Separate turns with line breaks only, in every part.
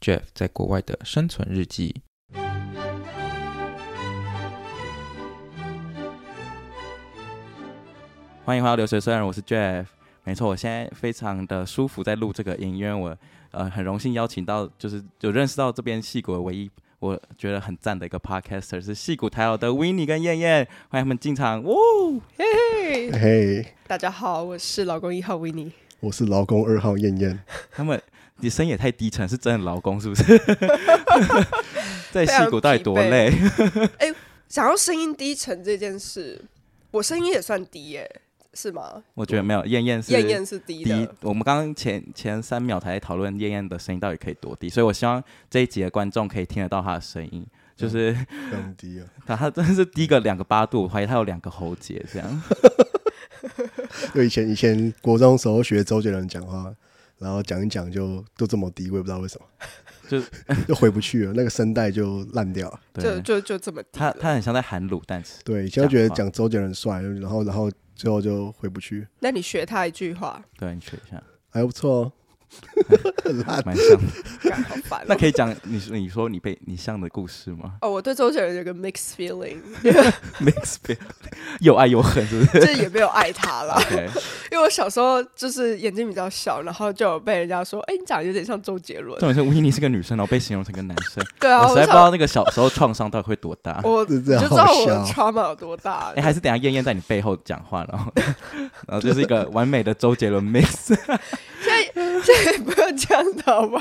Jeff 在国外的生存日记。
欢迎回到流水虽然我是 Jeff。没错，我现在非常的舒服在录这个音，因为我呃很荣幸邀请到，就是有认识到这边戏骨唯一我觉得很赞的一个 podcaster 是戏骨台老的 w i n n i e 跟燕燕，欢迎他们进场。哇、哦，
嘿
嘿，
大家好，我是老公一号维尼。
我是劳工二号燕燕，
他们你声音也太低沉，是真的劳工 是不是？在戏骨到底多累？
想要声音低沉这件事，我声音也算低耶、是吗？
我觉得没有，燕燕是
燕燕是低的，
低，我们刚刚前前三秒才在讨论燕燕的声音到底可以多低，所以我希望这一集的观众可以听得到她的声音，就是
非常低啊！
她她真的是低个两个八度，我怀疑她有两个喉结这 样。
就以前以前国中时候学周杰伦讲话，然后讲一讲就都这么低，我也不知道为什么，
就
就回不去了，那个声带就烂掉了。
就
对，
就就这么低
她
了。
她很像在喊卤蛋吃。
对，以前就觉得
讲
讲周杰伦帅，然后然后最后就回不去，
那你学他一句 话，
对你学一下，
还不错哦， 很
呃
烂。
蛮像的。
干好烦、
那
哦。
可以讲你说你说你被你像的故事吗
哦，我对周杰伦有个 mixed feeling，
？Mix 又爱又恨，是不是
就是也没有爱他啦。
？OK，
因为我小时候就是眼睛比较小，然后就有被人家说，哎、你长得有点像周杰伦。
重点是 w i n n i e 是个女生，然后被形容成个男生，
对啊，
我实
我
在不知道
想
那个小时候创伤到底会多大。
我
这
你
这
就知
好
道我的
笑
trauma 有多大
哎、。还是等一下燕燕在你背后讲话，然后 然后就是一个完美的周杰伦 mix。
现在现在不要这样的 好吗？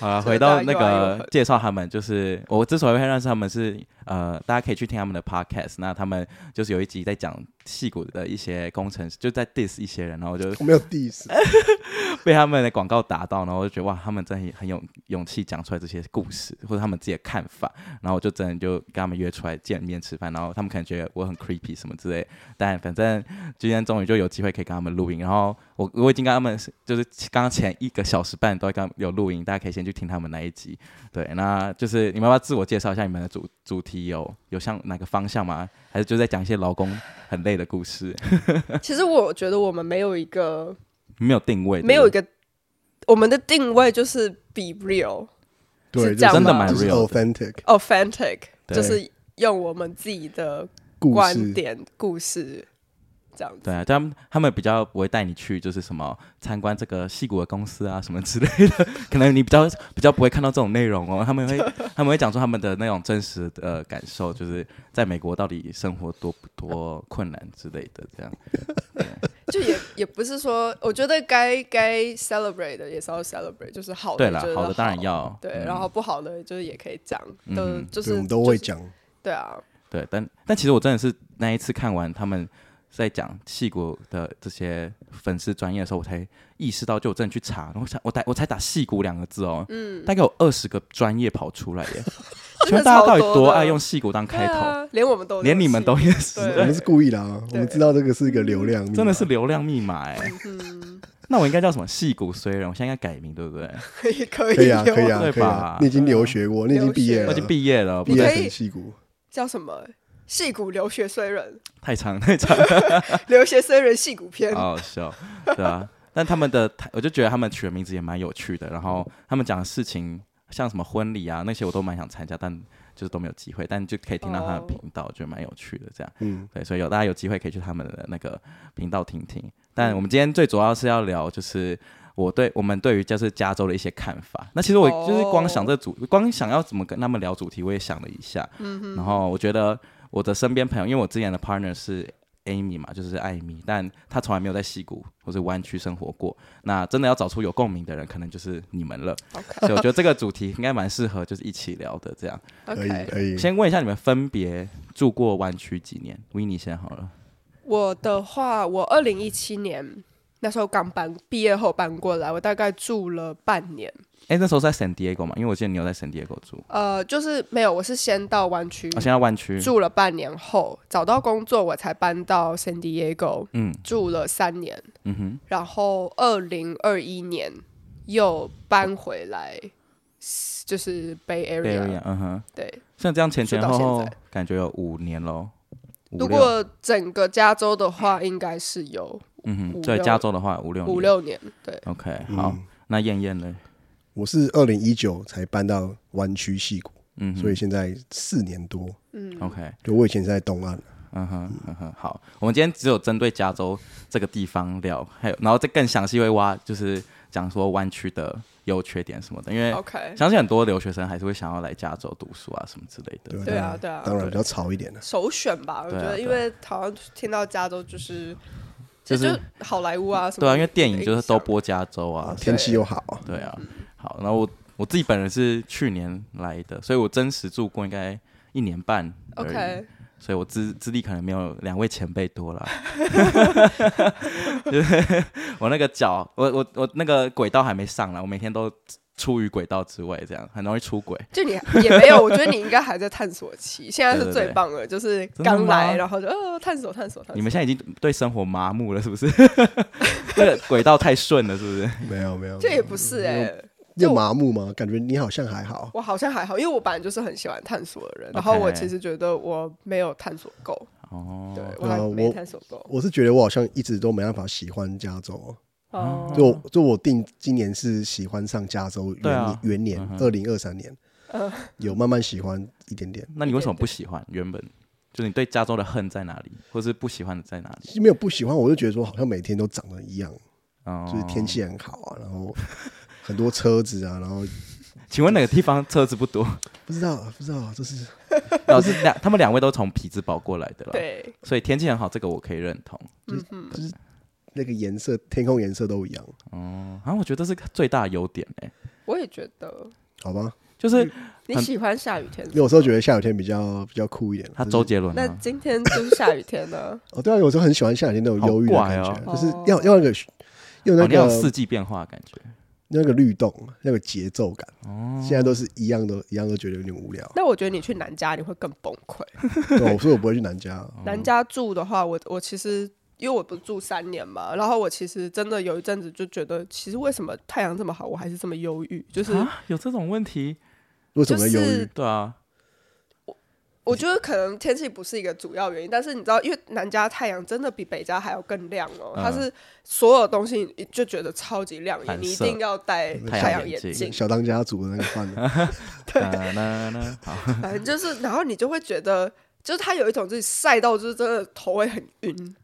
好了，
这个
回到
大家哎
那
又爱又
个
恨
介绍他们，就是我之所以会认识他们是，呃，大家可以去听他们的 podcast。那他们就是有一集在讲戏骨的一些工程师，就在 diss 一些人，然后我就
我没有 diss，
被他们的广告打到，然后我就觉得哇，他们真的很有勇气讲出来这些故事，或者他们自己的看法。然后我就真的就跟他们约出来见面吃饭，然后他们可能觉得我很 creepy 什么之类。但反正今天终于就有机会可以跟他们录音。然后我我已经跟他们就是刚刚前一个小时半都在跟他们有录音，大家可以先去听他们那一集。对，那就是你们要不要自我介绍一下你们的主主题有有向哪个方向吗？还是就在讲一些劳工很累的故事？
其实我觉得我们没有一个
没有定位，
没有一
对
个我们的定位就是 be real
对，
是这样
真的
吗
蛮
就是
real 的
authentic
authentic，
对
就是用我们自己的
故
观
事，
点故事这样子。
对啊，他们他们比较不会带你去，就是什么参观这个戏骨的公司啊什么之类的， 可能你比较比较不会看到这种内容哦。他 们会他们会讲出他们的那种真实的、呃、感受，就是在美国到底生活多不多困难之类的，这样
就也也不是说，我觉得该该 celebrate 的也是要 celebrate，就是好
对
的
啦
觉得
好的当然要
对，
嗯
然后不好的就是也可以讲，
嗯
都
哼
就是
对，我们都会
就是
讲。
对啊，
对。但但其实我真的是那一次看完他们在讲戏骨的这些粉丝专业的时候，我才意识到，就我真的去查，然后我才我打我才打戏骨两个字哦，嗯，大概有二十个专业跑出来耶。 请问大家到底多爱用戏骨当开
对
头？
啊，连我们都
连你们都也是，
对
我们是故意的啊，我们知道这个是一个流量密码，
真的是流量密码哎、
嗯
那我应该叫什么？戏骨虽然，我现在应该改名，对不对？
可以可以
可以啊，
有
可以 啊，
对
可以
吧
啊。你已经留学过，你已经毕业
留学
了，
我已经毕业了，
毕
不
我
业
可以
成戏骨，
叫什么戏骨留学虽人，
太长太长，
留学虽人戏骨篇，
好好笑，对啊。但他们的，我就觉得他们取的名字也蛮有趣的，然后他们讲的事情，像什么婚礼啊那些，我都蛮想参加，但就是都没有机会，但就可以听到他的
哦
频道，觉得蛮有趣的这样。
嗯，
对，所以有大家有机会可以去他们的那个频道听听。但我们今天最主要是要聊，就是我对我们对于就是加州的一些看法。那其实我
哦
就是光想这主，光想要怎么跟他们聊主题，我也想了一下。然后我觉得我的身边朋友，因为我之前的 partner 是 Amy 嘛，就是艾米，但她从来没有在西谷或是湾区生活过。那真的要找出有共鸣的人，可能就是你们了。所以我觉得这个主题应该蛮适合，就是一起聊的这样。
可以
OK，
可以，
先问一下你们分别住过湾区几年 w i n n 先好了。
我的话，我二零一七年那时候刚搬毕业后搬过来，我大概住了半年。
哎、那时候是在 San Diego 嘛，因为我记得你有在 San Diego 住，
呃，就是没有，我是先到湾区
啊，现在湾区，
嗯住了半年后，找到工作我才搬到 San Diego
嗯
住了三年，
嗯哼，
然后二零二一年又搬回来，就是 Bay
对
Area。
嗯哼，
对，
像这样前前后
住到
后
现在
感觉有五年喽。五六
如果整个加州的话，应该是有
嗯哼，
五
在
六
加州的话五六年
五六年。对，
，OK，
嗯
好，那燕燕呢？
我是二零一九才搬到湾区戏谷，
嗯哼，
所以现在四年多。
嗯
OK，
就我以前是在东岸，
嗯哼，嗯哼，好，我们今天只有针对加州这个地方聊，还有然后再更详细会挖，就是讲说湾区的优缺点什么的，因为
OK，
相信很多留学生还是会想要来加州读书啊什么之类的。
对
对啊
吧？
对啊
当然当然
对
比较潮一点的。
首选吧，我觉
对啊
得，
对啊
因为台湾听到加州就是
就
就是就好莱坞啊什么的影响。
对啊，因为电影就是都播加州啊
啊，，天气又好，
对啊，
嗯
好，然后我我自己本人是去年来的，所以我真实住过应该一年半而已
OK，
所以我资资历可能没有两位前辈多 啦。 就是我那个脚，我我我那个轨道还没上来，我每天都出于轨道之外，这样很容易出轨。
就你也没有，我觉得你应该还在探索期，现在是
对对
最
对
棒 的，就是
的
刚
吗
来，然后就呃探索探索探索。
你们现在已经对生活麻木了，是不 是？那个轨道太顺了，是不是？
没有没有，
这也不是哎、
又麻木吗？感觉你好像还好，
我好像还好，因为我本来就是很喜欢探索的人，然后我其实觉得我没有探索够，
哦，
对我还
呃
没
我
探索够。
我是觉得我好像一直都没办法喜欢加州，
啊
哦，
就我就我定今年是喜欢上加州元
对
年
啊
元年
嗯哼
二零二三年，
呃
有慢慢喜欢一点点，
那你为什么不喜欢？原本就是你对加州的恨在哪里，或是不喜欢的在哪里？
其实没有不喜欢，我就觉得说好像每天都长得一样，
哦，
就是天。气很好啊，然后很多车子啊，然后
请问哪个地方车子不 多？
不知道啊不知道啊，这是
老师两，他们两位都从匹兹堡过来的啦，，
对，
所以天气很好，这个我可以认同。
那个颜色天空颜色都一样，
哦，
嗯
然后我觉得这是最大的优点哎、
我也觉得
好吧？
就是
你喜欢下雨天。
有时候觉得下雨天比较比较酷一点，
他
就是
周杰伦
那
啊，
今天就是下雨天呢，
哦，对啊，有时候很喜欢夏天那种忧郁的感
好
觉，
怪哦。
就是要要那个要
哦
那
你有
个、
四季变化的感觉
那个律动，那个节奏感。
哦。
现在都是一样的，一样都觉得有点无聊
那我觉得你去南加你会更崩溃。
对，啊所以我不会去南加。啊
南加住的话，我我其实因为我不住三年嘛，然后我其实真的有一阵子就觉得，其实为什么太阳这么好，我还是这么忧郁？就是
啊，有这种问题？
为什么忧
就
郁
是？
对啊，
我觉得可能天气不是一个主要原因，但是你知道，因为南加太阳真的比北加还要更亮哦，
嗯
它是所有东西你就觉得超级亮眼，
反射
你一定要戴
太阳
阳
眼镜
镜，
小当家族的那个饭，
对 呢，好，
反正就是，然后你就会觉得，就是它有一种就是晒到就是真的头会很晕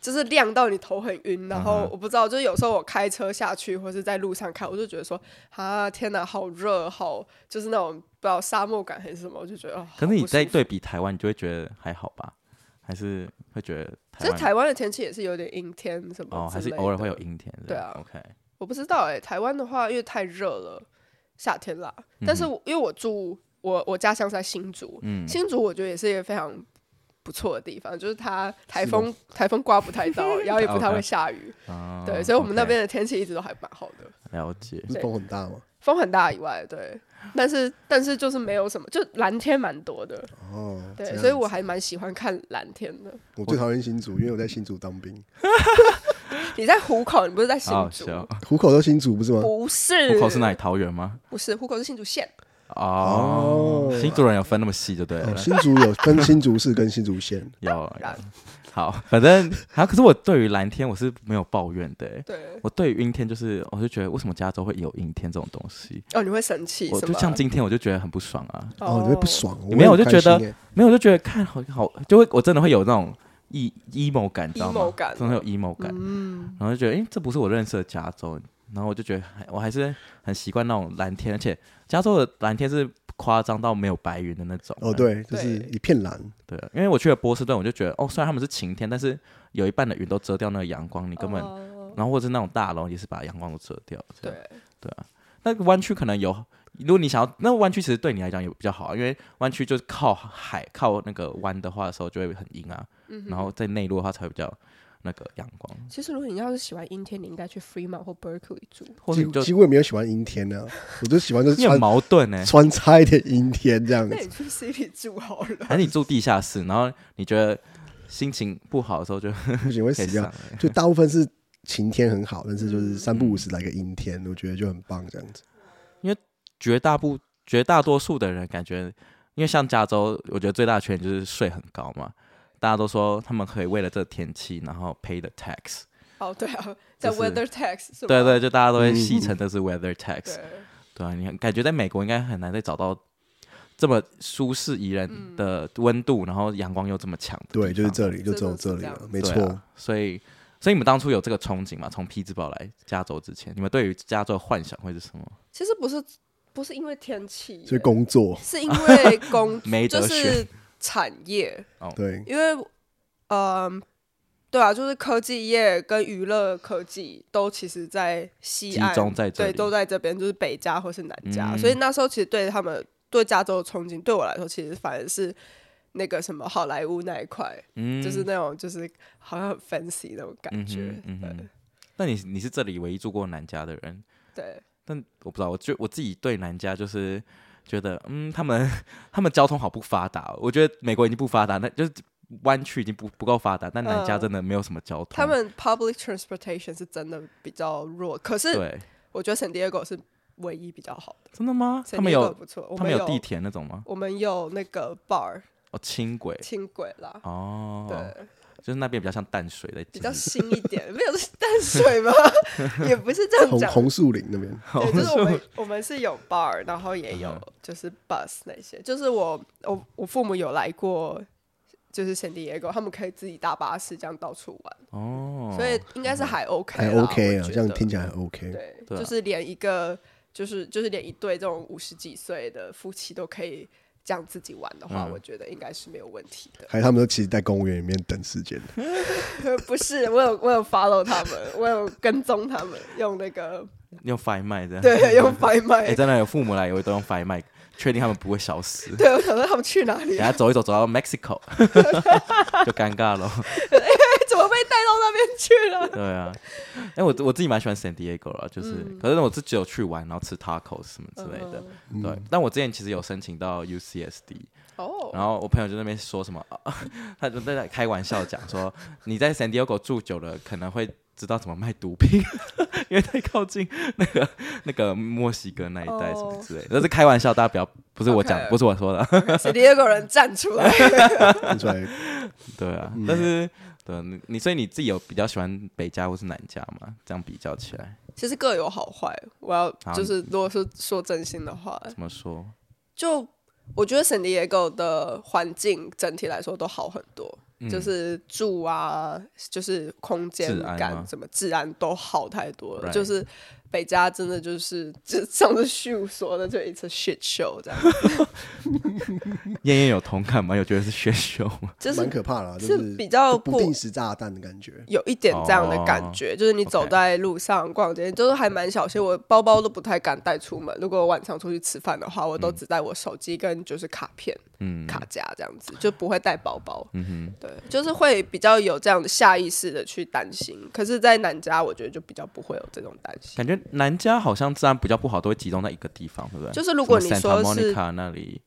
就是亮到你头很晕。然
嗯
后
哼
我不知道，就是有时候我开车下去或是在路上开，我就觉得说啊，天哪，好热，好就是那种不知道沙漠感还是什么，我就觉得。哦
可是你在，
好
对比台湾，你就会觉得还好吧？还是会觉得
不舒服
台湾
其实台湾的天气也是有点阴天什么
哦，还是
之类
偶尔
的
会有阴天的。
对啊
，OK，
我不知道哎、台湾的话因为太热了，夏天啦。但是
嗯
我因为我住我我家乡是在新竹，
嗯，
新竹我觉得也是一个非常不错的地方，就是它台风台风刮不 太到，然后也不太会下雨，
哦
对，所以我们那
OK，
边的天气一直都还蛮好的，
了解
不是风很大吗？
风很大以外，对，但是但是就是没有什么，就蓝天蛮多的，
哦，这
对，
样
所以我还蛮喜欢看蓝天的。
我最讨厌新竹，因为我在新竹当兵，
你在虎口，你不是在新
好好
竹？
笑。
虎口都新竹不是吗？
不是，
户口是哪里？桃园吗？
不是，虎口是新竹县。
哦，
哦
新竹人有分那么细就对了
哦，。新竹有分新竹市跟新竹县，
有有
然
好，反正啊，可是我对于蓝天我是没有抱怨的欸、
对，
我对于阴天就是，我就觉得为什么加州会有阴天这种东西？
哦，你会生气
我
是
就
吗？
像今天我就觉得很不爽啊，
哦，你会不爽？我
没有
会很
我就觉得
开心耶
没有我就觉得看好好就会我真的会有那种 e emo 感，你知道吗
哦 emo 感
真的有 emo 感，
嗯，
然后就觉得诶，这不是我认识的加州，然后我就觉得还我还是很习惯那种蓝天，而且加州的蓝天是夸张到没有白云的那种。
哦，对，就是
对
一片蓝，
对，啊因为我去了波士顿，我就觉得哦，虽然他们是晴天，但是有一半的云都遮掉那个阳光，你根本，
哦
然后或者是那种大楼也是把阳光都遮掉。这样
对，
那个湾区可能有，如果你想要，那湾区其实对你来讲也比较好，啊因为湾区就是靠海、靠那个湾的话的时候就会很阴啊，
嗯
然后在内陆的话才会比较那个阳光，
其实如果你要是喜欢阴天，你应该去 Fremont 或 Berkeley 住。
或者
几
你就
几乎也没有喜欢阴天啊，我就喜欢就是
你很
穿
矛盾呢、欸。
穿插一点阴天这样
那你
子。
去 City 住好了。
还是你住地下室，然后你觉得心情不好的时候就
不行会
可以
死
上
掉。
来。
就大部分是晴天很好，但是就是三不五时来个阴天，我觉得就很棒这样子。
绝大部绝大多数的人感觉，因为像加州，我觉得最大的缺点就是税很高嘛。大家都说他们可以为了这天气，然后 pay the tax。
哦，对啊，在
就是
Weather Tax 是吧？
对对，就大家都会
嗯
戏称这是 weather tax、
对
对啊，你看感觉在美国应该很难再找到这么舒适宜
嗯
人的温度，然后阳光又这么强的地方。
对，就是这里，就
真的
只
是
有这里
这样
了，没
对
错。
啊所以，所以你们当初有这个憧憬嘛？从匹兹堡来加州之前，你们对于加州的幻想会是什么？
其实不是不是因为天气耶，
所以工作，
是因为 工
没得
就
选
是产业，
对，
因为嗯。对啊，就是科技业跟娱乐科技都其实，在西
集
岸
中在这
对
里，
都在这边，就是北加或是南加，
嗯
所以那时候其实对他们对加州的憧憬，对我来说其实反而是那个什么好莱坞那一块，
嗯
就是那种就是好像很 fancy 那种感觉，
嗯哼嗯那你你是这里唯一住过南加的人，
对
但我不知道，我就我自己对南加就是觉得，嗯，他们他们交通好不发达哦，我觉得美国已经不发达，那就是湾区已经不不够发达，但南加
嗯
真的没有什么交通。
他们 public transportation 是真的比较弱，可是
对，
我觉得 San Diego 是唯一比较好的，
真的吗？
San
他们
Diego
有
不错，我
他
们
们有
有
地铁那种吗？
我们有那个 bar
哦，轻轨
轻轨啦，
哦，
对，
就是那边比较像淡水的，
比较新一点， 没有是淡 水吗？也不是这样
红
讲，
红树林那边，
对，就是我们 我们是有 bar，然后也有
嗯
就是 bus 那些，就是我我我父母有来过，就是 San Diego，他们可以自己搭巴士这样到处玩，
哦，
所以应该是还 OK，
嗯还
啦
OK
我
啊，
觉
这样
得
听起来还 OK。
对，
对啊
就是连一个就是就是连一对这种五十几岁的夫妻都可以这样自己玩的话，
嗯
我觉得应该是没有问题的。
还有他们都其实在公务员里面等时间，
不是，我有我有 follow 他们，我有跟踪他们，用那个
用 Find My 这样。
对 用拍卖。
哎、真的有父母来，也会都用 Find My，确定他们不会消失。
对，我想说他们去哪里、
等
啊？
下走一走，走到 Mexico 就尴尬了。
怎么被带到那边去了？
对啊，哎、我我自己蛮喜欢 San Diego 啦，就是，可是我自己有去玩，然后吃 tacos 什么之类的。对，但我之前其实有申请到 UCSD，
哦，
然后我朋友就在那边说什么， 啊、他就在那开玩笑讲说，你在 San Diego 住久了，可能会知道怎么卖毒品， 因为太靠近那个那个墨西哥那一带什么之类的。这是开玩笑，大家不要，不是我讲
OK
不是我说的。
是第二个人站出 来。
看出来
对 啊，但是对你你，所以你自己有比较喜欢北加或是南加吗？这样比较起来，
其实各有好坏，我要
好
就是如果说说真心的话，
怎么说？
就我觉得 San Diego 的环境整体来说都好很多，就是住啊，就是空间
嗯治安吗
感、什么治安都好太多了。
Right
就是北加真的就是，就上次秀说的，就一次 shit show 这样，
燕燕有同感吗？有觉得是选秀吗？
就是
蛮可怕啦，就是是
比较
不
不
定时炸弹的感觉。
有一点这样的感觉，就是你走
哦 OK
在路上逛街，就是还蛮小心。我包包都不太敢带出门，如果晚上出去吃饭的话，我都只带我手机跟就是卡片、
嗯，
卡夹这样子，就不会带包包。
嗯
对，就是会比较有这样的下意识的去担心。可是，在南加，我觉得就比较不会有这种担
哼，
心。
感觉南加好像治安比较不好，都会集中在一个地方，对不对？
就是如果你
什么
说
Santa
是
Monica 那里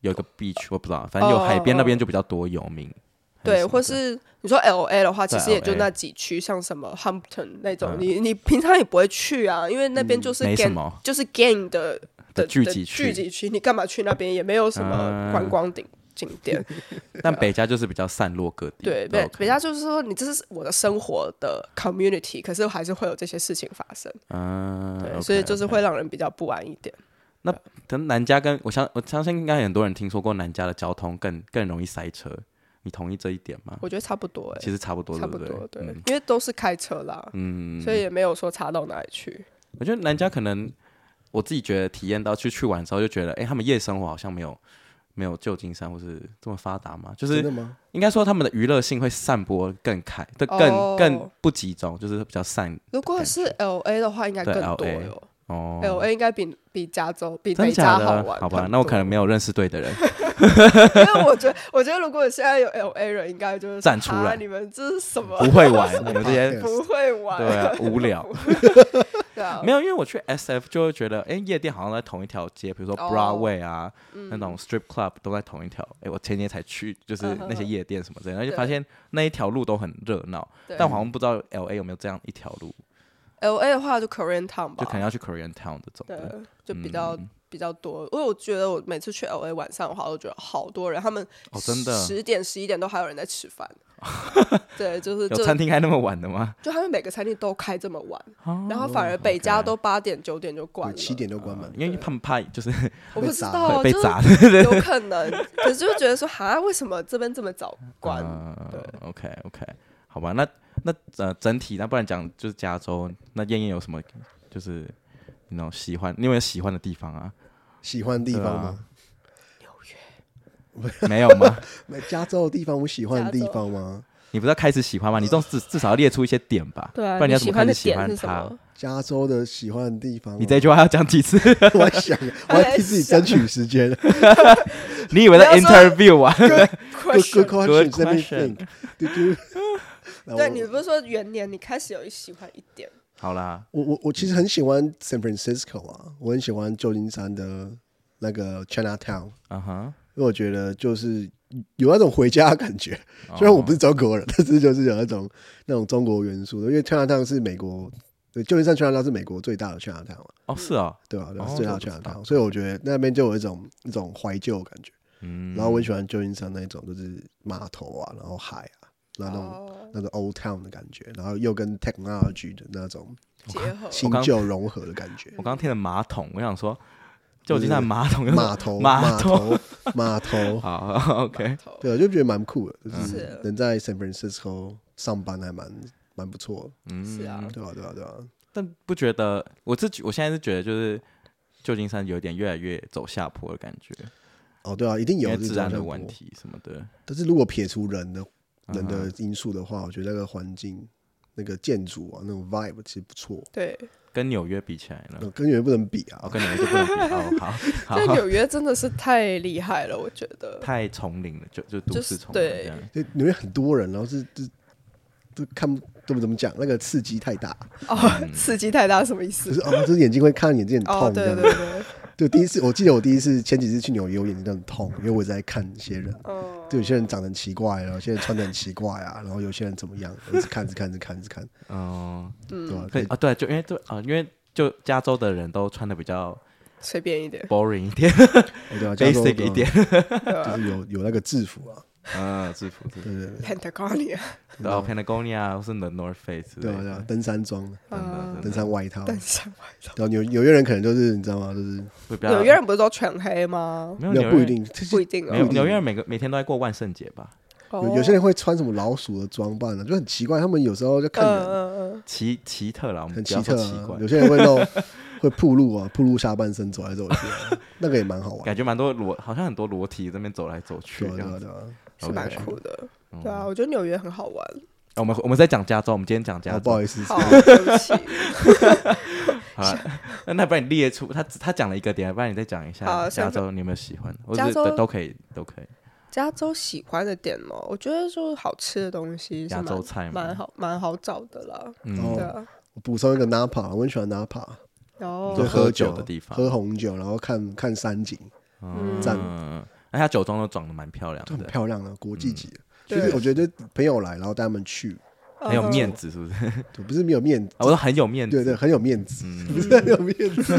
有一个 beach，我不知道，反正有海边
哦哦
那边就比较多游民。还
对，
什么
或
的
是你说 L A 的话，
对
其实也就
LA
那几区，像什么 Hampton 那种，
嗯
你你平常也不会去啊，因为那边就是
没什
gang，、
么
就是 gang 的
的
的
聚
的
集
聚
区，
集区，你干嘛去那边？也没有什么
嗯
观光景景点。
但北加就是比较散落各地。
对，
都有
北
可能
北加就是说，你这是我的生活的 community，可是还是会有这些事情发生，
嗯，
对，
OK，
所以就是会
OK。
让人比较不安一点。
但南加跟我相我相信应该很多人听说过南加的交通更更容易塞车，你同意这一点吗？
我觉得差不多、欸，
其实差不多，
差
对
不
对
多，对，
嗯
因为都是开车啦，
嗯，
所以也没有说差到哪里去。
我觉得南加可能我自己觉得体验到去去玩之后，就觉得，哎、他们夜生活好像没有没有旧金山或是这么发达嘛，就
真
是
的吗？
应该说他们的娱乐性会散播更开，对，更、
哦
更不集中，就是比较散
如果
感
是
觉
L A 的话，应该
对
更多
LA
哟。
哦。
L A 应该比比加州、比
真
哎北
假
加
的？
玩。
好吧，那我可能没有认识对的人。
有， 因为我觉得，我觉得如果现在有 L A 人，应该就是
站出
啊
来
你们这是什么？
不会玩，你们这些
Podcast
不会玩，
对啊，无聊。
对啊，
没有，因为我去 SF 就会觉得，哎，夜店好像在同一条街，比如说
哦嗯
Broadway 啊，那种 strip club 都在同一条。哎，我前年才去，就是
嗯哼
那些
哼
夜店什么之类的，然后就
对
发现那一条路都很热闹，
对
但我好像不知道 LA 有没有这样一条路，
L A 的话就 Korean Town
就
吧，
可能要去 Korean Town 这种
对
的。，
就比较、
嗯
比较多。因为我觉得我每次去 L A 晚上的话，我觉得好多人，他们
哦真的
十点十一点都还有人在吃 饭。对，就是
有
就
餐厅开那么晚的吗？
就他们每个餐厅都开这么晚，
哦
然后反而北加
OK
都八点九点就关了，
七点就关门
嗯，因为他们怕就是
我不知
被砸
道 啊
被被
哦就是
砸
有可能， 可是就觉得说哈，为什么这边这么早关？对
嗯、OK OK，好吧，那那呃整体，那不然讲就是加州，那燕燕有什么就是你 know 喜欢，你有没有喜欢的地方啊？
喜欢的地方吗？
没有 吗？
那加州的地方，我喜欢的地方吗？
你不是要开始喜欢吗？你这种至至少要列出一些点吧，
对啊，
不然你要怎
喜
么开
欢
始
的
喜
点
欢
是什
它？
么？
加州的喜欢的地方哦，
你这句话要讲几次？
我还想，我还替自己争取时间。
你以为在
不要说
interview 啊？
Good good
question
question,
Good
let me
question.
think. Did you- 那
对
我
你不是说元年你开始有喜欢一点？
好啦，
我我我其实很喜欢 San Francisco 啊，我很喜欢旧金山的那个 Chinatown，
嗯哼，
因为我觉得就是有那种回家的感觉。虽然我不是中国人，但是就是有那种那种中国元素的。因为 Chinatown 是美国，对，旧金山 Chinatown 是美国最大的 Chinatown 啊。
哦是哦，
对啊，对啊，
哦
是最大的
这我不知
Chinatown，所以我觉得那边就有一种一种怀旧的感觉。
嗯，
然后我很喜欢旧金山那一种，就是码头啊，然后海啊，然后那种、
哦，
那种 old town 的感觉，然后又跟 technology 的那种
结合
新
哦刚
旧融合的感觉
我。刚刚听了马桶，我想说旧金山马
嗯
桶有什么
码头，
码
码
头，
头，码头，
好 OK，
对，啊我就觉得蛮酷的，就
嗯
是能在 San Francisco 上班还蛮蛮不错
嗯，
是啊
的，对啊，对啊，对啊，
但不觉得我自己，我现在是觉得就是旧金山有点越来越走下坡的感觉，
哦，对啊，一定
因
有
为
这
治
种
安的
像
问
我
题什么的。
但是如果撇除人的人
嗯
的
哼
因素的话，我觉得那个环境、那个建筑啊，那种 vibe 其实不错，
对，
跟纽约比起来呢
呃，跟原来不能比
哦，
啊。
跟纽约就不能比。哦好好
在
好，
纽约真的是太厉害了，我觉得。
太丛林了，就就都市丛林
对
这样。
就纽约很多人，然后是这这看不怎么怎么讲，那个刺激太大，
哦， 刺激太大什么意
嗯就
思
是？哦，就是眼睛会看眼睛很
哦，
痛这
对
样。
对对，
就第一次，我记得我第一次前几次去纽约，我眼睛都很痛，因为我一直在看一些人，
嗯，
就有些人长得很奇怪，然啊后有些人穿的很奇怪啊，然后有些人怎么样，我一直看，一直看，一直看，一直看，
哦，
对吧？
可以啊，对，就因为对啊，因为就加州的人都穿的比较
随便一 点，
boring 一点
哦对啊，加州
，basic 一点，。
对
对啊
吧
就是有有那个制服啊，
嗯，制服制服，
对对对，
？Pentagonia，
然后啊 Patagonia 或是 The North Face 之类
对
的
啊对啊，登山装、
真的
登
真的
山外套，
嗯但
然
是
后纽纽约人可能就是你知道吗？就是
会比较
纽约人不是都全黑吗？
没有
没有
纽
不
约
一定，其实
不一定
没有
哦，
纽约人每个每天都在过万圣节吧，
有有些人会穿什么老鼠的装扮啊呢、就很奇怪。他们有时候就看
嗯
人、
嗯嗯，
奇奇特啦，我们
很
不
奇
要说
特、
奇
啊
怪，，
有些人会露会铺路啊，铺路下半身走来走去、啊，那个也蛮好玩的。
感觉蛮多裸，好像很多裸体在那边走来走去
对啊
这
对
样
啊
子。
对啊，
是蛮
OK 嗯
酷的。对啊，我觉得纽约很好玩。
啊我们我们在讲加州，我们今天讲加
哦，
州。
不好意思，
好，啊对不起。
好啦那那不然你列出他他讲了一个点，不然你再讲一下
好
加
像
州你有没有喜欢？或
加
是
州
都都可以都可以。
加州喜欢的点哦，我觉得就是好吃的东西是
加
蛮，
州菜嘛
蛮好蛮好找的啦。
嗯
哦，
对啊，
我补充一个 Napa，我很喜欢 Napa，
你
然
说
后
嗯就
哦喝
酒
酒的地方
喝红酒，然后看看山景，
嗯
赞
那他酒庄都长得蛮漂亮
就很
的，
漂亮啊，国际
嗯
级。就
对嗯
是我觉得朋友来，然后带他们去，
很有面子，
子，
是不是？啊
就不是没有面子，
我说很有面
对对，
子，
很有面子，
啊嗯，
不是很有面子，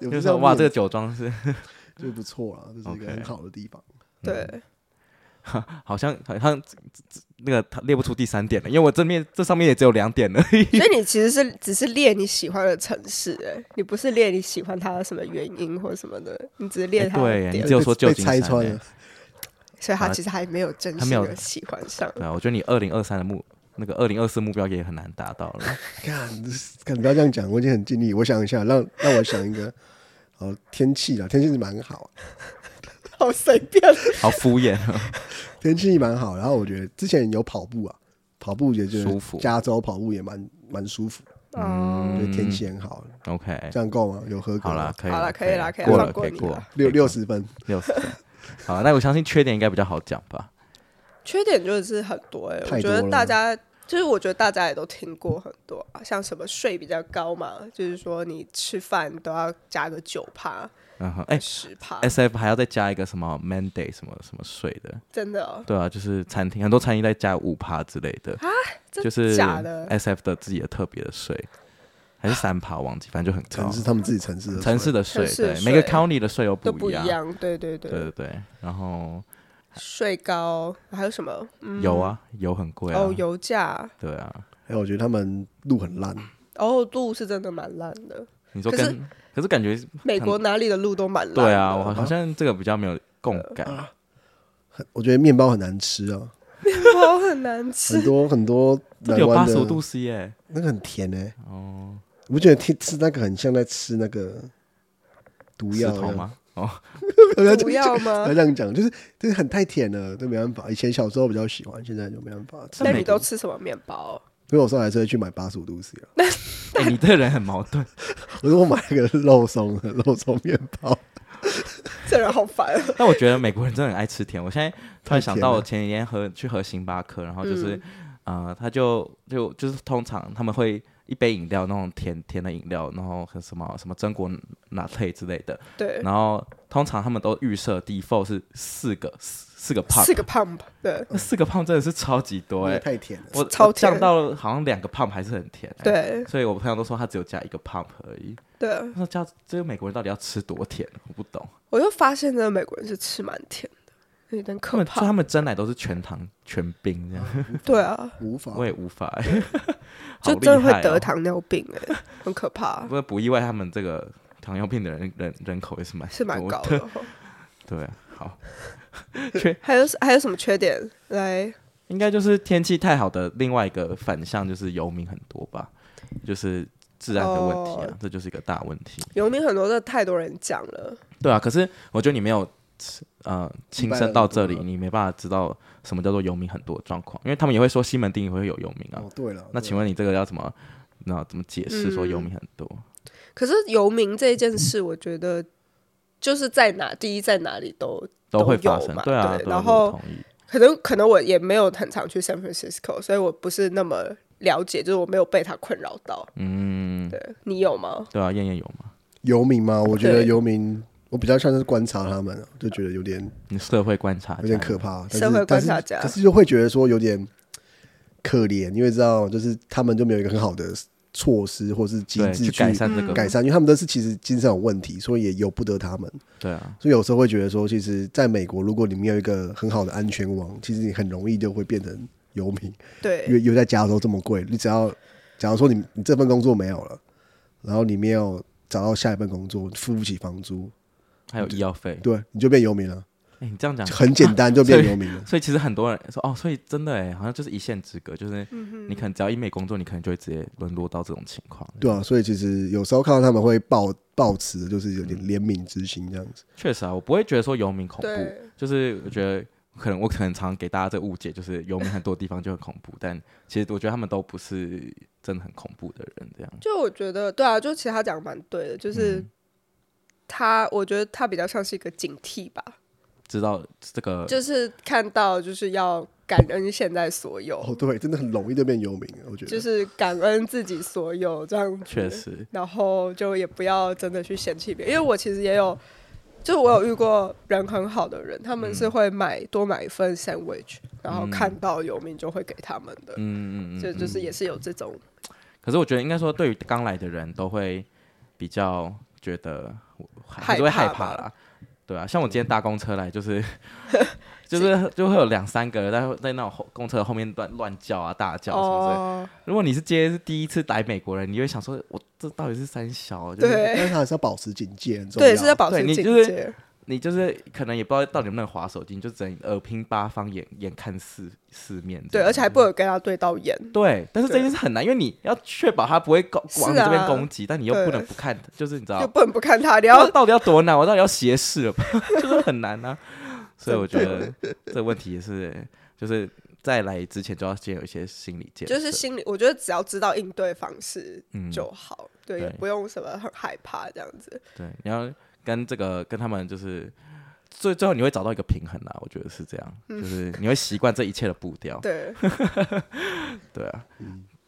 也不
就是是
要
哇，
面
这个
子
酒庄是
就不错啦，这是一个
OK
很好的地方。嗯
对，
好像好像那个他列不出第三点了，因为我这面这上面也只有两点而已。
所以你其实是只是列你喜欢的城市，哎，你不是列你喜欢它的什么原因或什么的，你只是列
哎
它的
对你
点
只，有说
被
旧
被
金
拆
山
穿
欸
了，
所以它
啊
其实还没有真
还
心
没有
的喜欢 上。
对啊，我觉得你二零二三的目那个二零二四目标也很难达到了。
看，看，你不要这样讲，我已经很尽力。我想一下，让让我想一个，哦，天气啊，天气是蛮好，
好随 便。
好敷衍，
天气蛮好。然后我觉得之前有跑步啊，跑步也就是
舒服
加州跑步也蛮蛮舒服，
嗯，
就天气很好。
OK，
这样够吗？有合格
好啦，
吗？
可以，
好啦可以啦可以
过
放
了，
过
可以
你
过
啦
了，
六
可以
六
过
十分，
六十分。好啦，那我相信缺点应该比较好讲吧。
缺点就是很多哎、我
太
觉
多
得
了
大家就是我觉得大家也都听过很多、啊，像什么税比较高嘛，就是说你吃饭都要加个九趴、
然后，哎
十趴，
，SF 还要再加一个什么 mandate 什么什么税的，
真的、哦、
对啊，就是餐厅很多餐厅在加五趴之类的，
啊真
就
的
是哎
假的？
SF 的自己的特别的税，还是三趴，忘记，反正就很
城
高。
市他们自己城市的
城市的税，
城市的
对，
税
每个 county 的税又
都不
一
一
样，
样，对对对
对对对。然后
税高还有什么？嗯，
油啊，油很贵啊，
哦，油价，
对啊。
还有哎我觉得他们路很烂，
哦，路是真的蛮烂的，
你说
可是
跟，可是感觉
美国哪里的路都蛮烂的。
对啊，我好像这个比较没有共感。
啊
我觉得面包很难吃啊，
包很难
很
吃，
多很多
这
南
里有八
湾
十
的
五度 C 哎，
那个很甜哎，
哦，
你不觉得吃吃那个很像在吃那个毒
石
药
头？ 吗？哦，
不要
不要吗
啊要？这样讲，就是就是很太甜了，都没办法。以前小时候比较喜欢，现在就没办法吃
那。
美
你
国
都吃什么面包？
所以我说还是会去买八十五度 C 啊。
哎你这人很矛 盾。
我说我买那个肉松的肉松面包，
这人好烦。啊
但我觉得美国人真的很爱吃甜。我现在突然想到，
太甜了
我前几天喝去喝星巴克，然后就是，
嗯
呃，他就就就是通常他们会一杯饮料那种甜甜的饮料，然后和什么什么榛果拿铁之类的，
对，
然后通常他们都预设 default 是四个四四个胖，
四个 pump，对
那四个胖真的是超级多哎、
那个太甜了。
我
超
我降
甜
到了好像两个胖还是很甜、欸，，
对
所以我朋友都说他只有加一个胖而已。
对，
他说加这个美国人到底要吃多甜？我不懂。
我就发现这美国人是吃蛮甜的，有点
他
可
们说
怕
他。们真奶都是全糖全冰这样，
对啊，
无法
我，也无 法、欸，好
就
厉
真的
害
会
哦
得。糖尿病哎，很可怕，
不不意外，他们这个糖尿病的人人人口也是蛮
是蛮
多
高
的。
的哦。
对，啊 好，
还有还有什么缺点？来，
应该就是天气太好的另外一个反向就是游民很多吧，就是治安的问题啊，
哦
这就是一个大问题。
游民很多的太多人讲了，
对啊，可是我觉得你没有呃亲身到这里，
明白了
你没办法知道什么叫做游民很多的状况，因为他们也会说西门町也会有游民啊
哦。，对了，
那请问你这个要怎么那怎么解释说游民很多？
嗯
可是游民这件事，我觉得就是在哪，第一在哪里都
都会
都有
发生，
嘛
对啊，
对
对啊
然
这个我
后
同意
可能可能我也没有很常去 San Francisco，所以我不是那么了解，就是我没有被他困扰到。
嗯，
对你有吗？
对啊，燕燕有吗？
游民嘛，我觉得
对
游民，我比较像是观察他们啊，就觉得有点
你社会观察
有点可怕，啊但
社
是
会观察
但
家
是，可是就会觉得说有点可怜，因为知道就是他们就没有一个很好的措施或是机
对
制
去改善这个，
改善，因为他们都是其实精神有问题，所以也由不得他们，
对啊，
所以有时候会觉得说，其实在美国，如果你没有一个很好的安全网，其实你很容易就会变成游民，
对
因为又在加州这么贵，你只要假如说你你这份工作没有了，然后你没有找到下一份工作，付不起房租，
还有医药费。
对，你就变游民了，
哎，你这样讲
很简单就变
啊所以
游民了。
所以其实很多人说哦，所以真的哎，好像就是一线之隔，就是
嗯
你可能只要一没工作，你可能就会直接沦落到这种情况。
对啊，所以其实有时候看到他们会抱抱持的就是有点
嗯
怜悯之心这样子。
确实啊，我不会觉得说游民恐怖，
对，
就是我觉得可能我可能常给大家这误解，就是游民很多地方就很恐怖，但其实我觉得他们都不是真的很恐怖的人，这样。
就我觉得对啊，就其实他讲得蛮对的，就是
嗯
他，我觉得他比较像是一个警惕吧，
知道这个
就是看到就是要感恩现在所有，
哦，对，真的很容易就变游民了，我觉得。
就是感恩自己所有这样子。
确实，
然后就也不要真的去嫌弃别人，因为我其实也有，就是我有遇过人很好的人，他们是会买、多买一份 sandwich，然后看到游民就会给他们的，
嗯嗯嗯，
就
嗯
就是也是有这种，
可是我觉得应该说，对于刚来的人都会比较觉得还
害
是会
怕
害
吧
怕啦，对啊，像我今天搭公车来，就是 就是就会有两三个人在在那种后公车后面乱乱叫啊、大叫什么之类的。
哦，
如果你是今天是第一次来美国人，你就会想说，我这到底是三小？就是、
对
但是他还是要保持警戒，很重要。
对，是要保
对
持
你
警
就是
戒，
你就是可能也不知道到底能不能划手机，你就只能耳听八方，眼眼看四四面这
对，
样。
而且还不能跟他对到眼。
对，但是这
对
件事很难，因为你要确保他不会攻
是啊
往你这边攻击，但你又
对
不能不看，就是你知
就
道，
不能不看他，你
然后
要
到底要多难？我到底要斜视了吧？ 就是很难 啊。所以我觉得这个问题也是，就是在来之前就要先有一些心理建设，
就是心里，我觉得只要知道应对方式
嗯
就好，对，
对
也不用什么很害怕这样子。
对，你要跟这个跟他们就是最最后你会找到一个平衡啦，我觉得是这样，
嗯
就是你会习惯这一切的步调，
对，
对啊。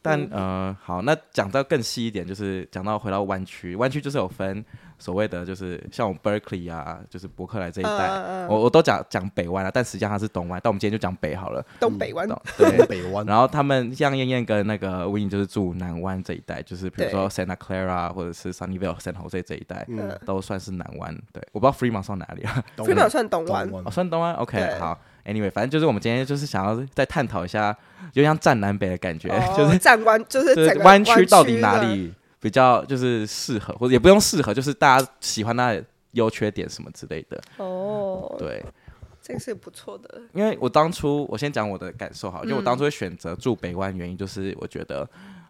但
嗯
呃，好，那讲到更细一点，就是讲到回到湾区，湾区就是有分所谓的，就是像我们 Berkeley 啊，就是伯克莱这一带，
嗯嗯嗯
我我都讲讲北湾啊，但实际上它是东湾，但我们今天就讲北好了。
东北湾
懂对，
北
嗯
湾，
然后他们像燕燕跟那个 Win 就是住南湾这一带，就是比如说 Santa Clara 啊或者是 Sunnyvale、San Jose 这一带，
呃
嗯，
都算是南湾。对，我不知道 Fremont 算哪里啊？
东
f r e m a n 算东湾
湾，，
哦，算东湾。OK，
对
好。Anyway，反正就是我们今天就是想要再探讨一下，有点像站南北的感觉，
哦
就是
站湾，就
就
是 整
是
个
湾
区
区到底
的
哪？里比较就是适合，或者也不用适合，就是大家喜欢它的优缺点什么之类的。
哦，
对，
这个是不错的，
因为我当初我先讲我的感受好了，就我
嗯
当初会选择住北湾，原因就是我觉得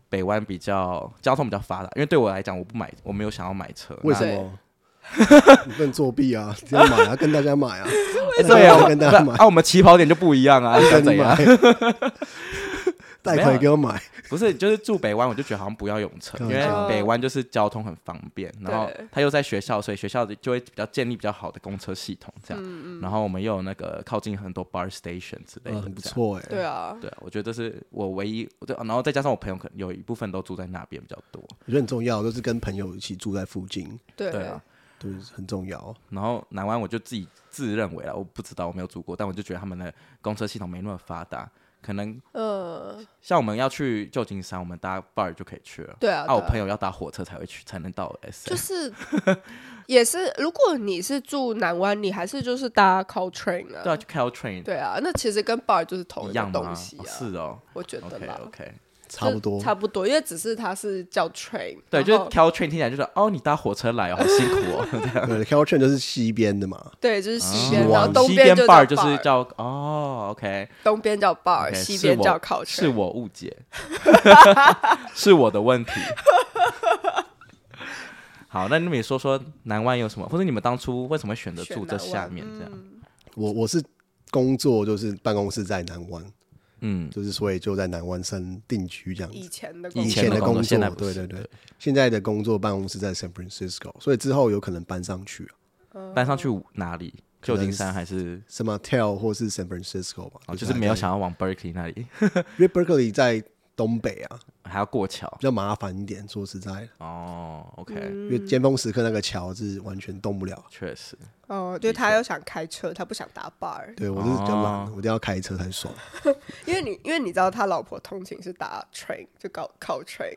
北湾比较交通比较发达，因为对我来讲，我不买，我没有想要买车。
为什
那？
么？你不能作弊啊！这样买啊，跟大家买啊，
对啊，
我跟大家
不
买
啊，我们起跑点就不一样啊，想
跟
怎
你
样
买？，贷款也给我买，
不是，就是住北湾，我就觉得好像不要用车，因为
嗯
北湾就是交通很方便，然后
对
他又在学校，所以学校就会比较建立比较好的公车系统这
嗯
样。然后我们又有那个靠近很多 bar station 之类
嗯
的，
很不
这样。
错哎。
对啊，
对啊，我觉得这是我唯一，对，然后再加上我朋友可能有一部分都住在那边比较多，
我觉得很重要，就是跟朋友一起住在附近，
对
对啊。
对，很重要。
然后南湾我就自己自认为了，我不知道我没有住过，但我就觉得他们的公车系统没那么发达，可能
嗯，
像我们要去旧金山，我们搭 bar 就可以去了。
对
啊，
啊，对
我
啊
朋友要搭火车才会去，才能到 S。
就是 也是，如果你是住南湾，你还是就是搭 Caltrain 啊，
对啊，去 Caltrain
对啊，那其实跟 bar 就是同
一
个
样吗？
东西
哦
啊，
是哦
我觉得
，OK
啦
OK，
差不多
就，差不多，因为只是它是叫 train，
对，
然
就是
后
Caltrain 听起来就是哦，你搭火车来哦，好辛苦 哦，这样。
对 c a l t r a i n 就是西边的嘛，
对，就是西
哦
边，然后东
西
边
边
就
bar
叫
就是
bar，
叫哦，OK，
东边叫 bar，
OK，
西
是
边
我
叫 Caltrain，
是我误解， 是我的问题。好，那你们也说说南湾有什么，或者你们当初为什么选择
选
住这
南
下
湾
面这样？
我我是工作就是办公室在南湾，
嗯，
就是所以就在南湾生定居这样
以
子。
前的公
以
司
前
前
的
的工
工
作现在不
对
是
对对，现在的工作办公室在 San Francisco，所以之后有可能搬上去啊
嗯
搬上去哪里？
可
旧
能
金山还是？
什么 Tel 或是 San Francisco 吧，
哦，就是没有
还在
想要往 Berkeley 那里，
因为 Berkeley 在东北啊，
还要过桥
比较麻烦一点。说实在的，
哦。OK，
嗯
因为尖峰时刻那个桥是完全动不了。
确实，
哦，对他又想开车，他不想搭 bar，
对我就是比较懒，
哦
我一定要开车才爽。
因为你因为你知道他老婆通勤是搭 train，就搞 Caltrain，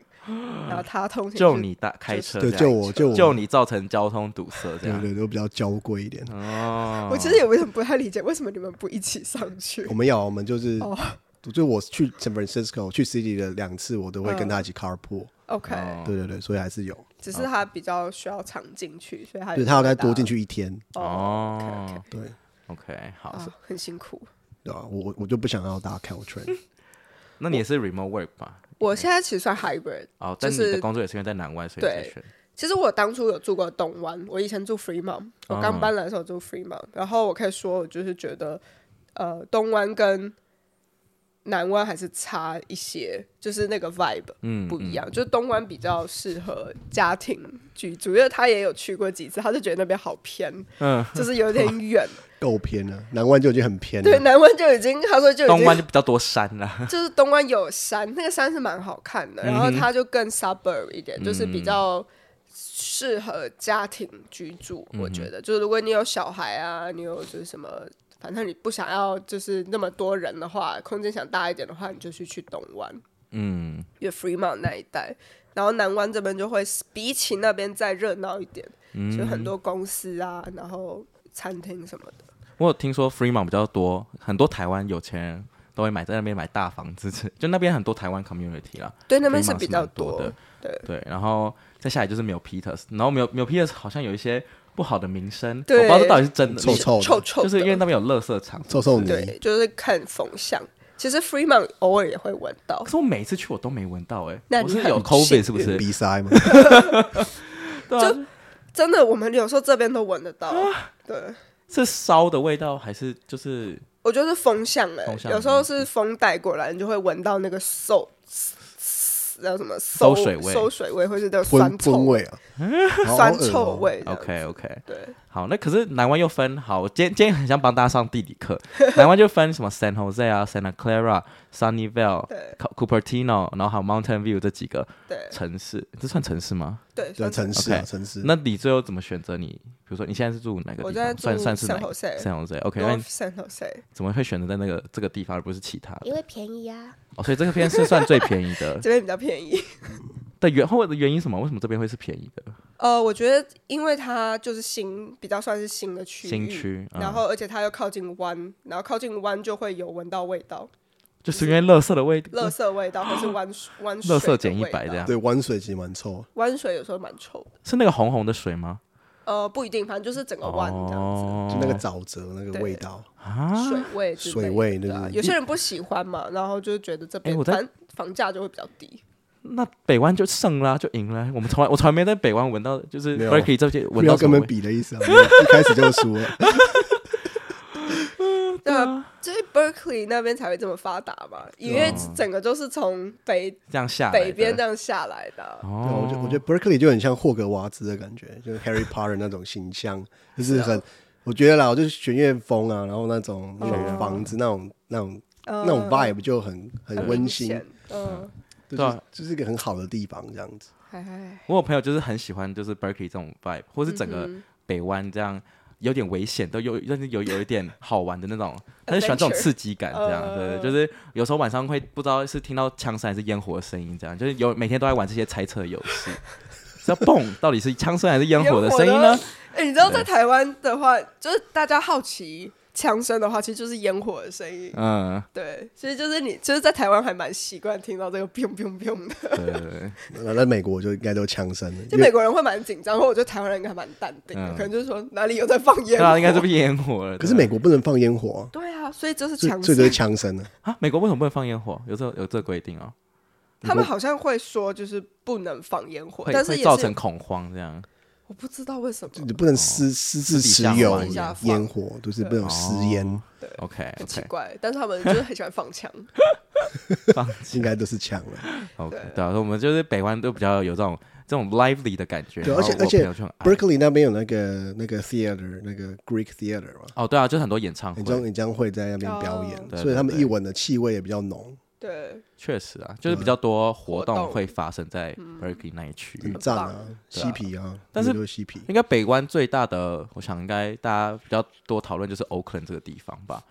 然后他通勤
就是你搭开车这
对，
样，
就我就我，
就你造成交通堵塞这
对
样。
对对，我比较娇贵一点。
哦
我其实也为什么不太理解，为什么你们不一起上去
我？们有，我们就是
哦，
就我去 San Francisco 去 City 的两次，我都会
嗯
跟他一起 carpool。
OK，、
哦
对对对，所以还是有，
只是他比较需要常进去，所以他
对他要再
啊
多进。去一天，
哦
哦
对
，OK，好，
啊，很辛苦。
对吧？我我我就不想要搭 Caltrain，
那你也是 remote work 吧？
我现在其实算 hybrid，
哦，
就
但
是
是你的工作也是因为在南湾，所以才
对
选。
其实我当初有住过东湾，我以前住 Fremont，我
哦
刚搬来的时候住 Fremont，、然后我可以说，我就是觉得，呃，东湾跟南湾还是差一些，就是那个 vibe
嗯
不一样，就是东湾比较适合家庭居住，因为他也有去过几次，他就觉得那边好偏，
嗯，
就是有点 远。
够偏了，南湾就已经很偏
对，
了。
南湾就已经他说就已
东
经
湾就嗯比较多山啦。
就是东湾有山，那个山是蛮好看的，然后它就更 suburb 一点，就是
嗯
比较适合家庭居住。我
嗯
觉得，就是如果你有小孩啊，你有就是什么，反正你不想要就是那么多人的话，空间想大一点的话，你就去去东湾，
嗯，
因为 Fremont 那一带。然后南湾这边就会比起那边再热闹一点，就
嗯
很多公司啊，然后餐厅什么的。
我有听说 Fremont 比较多，很多台湾有钱人都会买在那边买大房子，就那边很多台湾 community 啦。
对，那边
Fremont
比较
蛮多的，
对
对，然后再下来就是 Mill Peters，然后 Mill Mill Peters 好像有一些不好的名声，我
对
不知道这到底是真的，
臭臭的
臭臭
就
的，
是因为那边有垃圾场。
臭臭泥，
对，就是看风向。其实 Freeman 偶尔也会闻到
可，是我每次去我都没闻到哎、
那
我
你
是
很
有 COVID
幸
是不是？
鼻塞嘛，
对啊，
真的，我们有时候这边都闻得到。对，
是烧的味道还是就是
我觉得是风向哎、
风向嗯
有时候是风带过来，你就会闻到那个馊，叫什么
馊
馊
水味
馊水味，或是那种
荤
酸臭
荤味 啊，好
酸
恶哦
臭味这样子。
OK OK？
对，
好，那可是南湾又分好，我今天今天很想帮大家上地理课。南湾就分什么 San Jose 啊、Santa Clara、Sunnyvale
对、
Co- Cupertino，然后还有 Mountain View 这几个
对
城市，这算城市吗？
对，
对，
酸
城市啊，城市。
那你最后怎么选择你？比如说你现在是住哪个地方？
我在住
算算是哪
San
个
Jose
San Jose。OK，那
North
你嗯
San Jose，。
怎么会选择在那个这个地方而不是其他的？
因为便宜啊。
哦，所以这个片是算最便宜的
这边比较便宜。
的原后的原因是什么？为什么这边会是便宜的？
呃，我觉得因为它就是新，比较算是新的区域，
新区嗯
然后而且它又靠近湾，然后靠近湾就会有闻到味道，
就是因为垃圾的味道，
垃圾味道或是湾湾水
垃
的
圾减一
味
百
道
这样，
对，湾水其实蛮臭，
湾水有时候蛮臭的，
是那个红红的水吗？
呃，不一定，反正就是整个湾这样子。
就
哦，
那个沼泽那个味道，
啊，
水味之类的、
水味对
啊
对对
有些人不喜欢嘛，然后就觉得这边、
哎我在
反房价就会比较低。
那北湾就胜啦，就赢了。我们从来我从来没在北湾闻到，就是
没有
Berkeley 这些闻
不
到
要
什
跟
么味
他们比的意思啊，一开始就输了。
对啊，所以 Berkeley 那边才会这么发达嘛，因
哦
为整个都是从北
这样下来的
北边这样下来的啊、
对，我
哦，
觉得我觉得 Berkeley 就很像霍格瓦兹的感觉，就是 Harry Potter 那种形象，就是很，我觉得啦，我就是弦乐风啊，然后那种那种房子那种那种
嗯
那种 vibe 就很很
很
温
明
馨
显，嗯，
对
就是
啊
就是一个很好的地方这样子。
哎，
我有朋友就是很喜欢就是 Berkeley 这种 vibe，或是整
嗯
个北湾这样。有点危险，都有，但是有有一点好玩的那种，他就喜欢这种
Adventure
刺激感，这样对，
呃
就是有时候晚上会不知道是听到枪声还是烟火的声音，这样就是有每天都在玩这些猜测游 戏，是要蹦到底是枪声还是烟火的声音
烟火
呢
的？哎、你知道在台湾的话，就是大家好奇枪声的话，其实就是烟火的声音。
嗯，
对，其实就是你，就是在台湾还蛮习惯听到这个 biu biu biu 的，
对对对，
那在美国就应该都枪声了，
就
因为
美国人会蛮紧张，或者我觉得台湾人应该还蛮淡定的，
嗯
可能就是说哪里有在放
对
烟火，
啊，应该是被烟火了。
可是
对
美国不能放烟火
对啊，所以这是
啊，所
强
以所
势
以就是枪声了。
啊，美国为什么不能放烟火？有这有这规定哦，
他们好像会说就是不能放烟火，
会
但是
会
也
造成
是
恐慌这样。
我不知道为什么
你不能私私自持
私
有
底下放
烟火，就是不能私烟，
OK
很奇
OK
怪，但是他们就是很喜欢放枪。
放
应该都是枪了。
OK，对啊，我们就是北湾都比较有这种这种 lively 的感觉。
对，
然
而
后
且
我
而且
朋友就很爱
Berkeley 那边有那个那个 theater，那个 Greek theater 嘛，
哦，对啊，就是很多演唱
演唱
会，
演唱会在那边表
哦
演，
对
所以他
对
们
对
一闻的气味也比较浓，
对，
确实啊，
嗯
就是比较多活
活
动
动
会发生在 Berkeley 那一区
很
域。
赞
很
啊，嬉皮啊，
但是
那边都嬉皮。
应该北湾最大的，我想应该大家比较多讨论就是 Oakland 这个地方吧。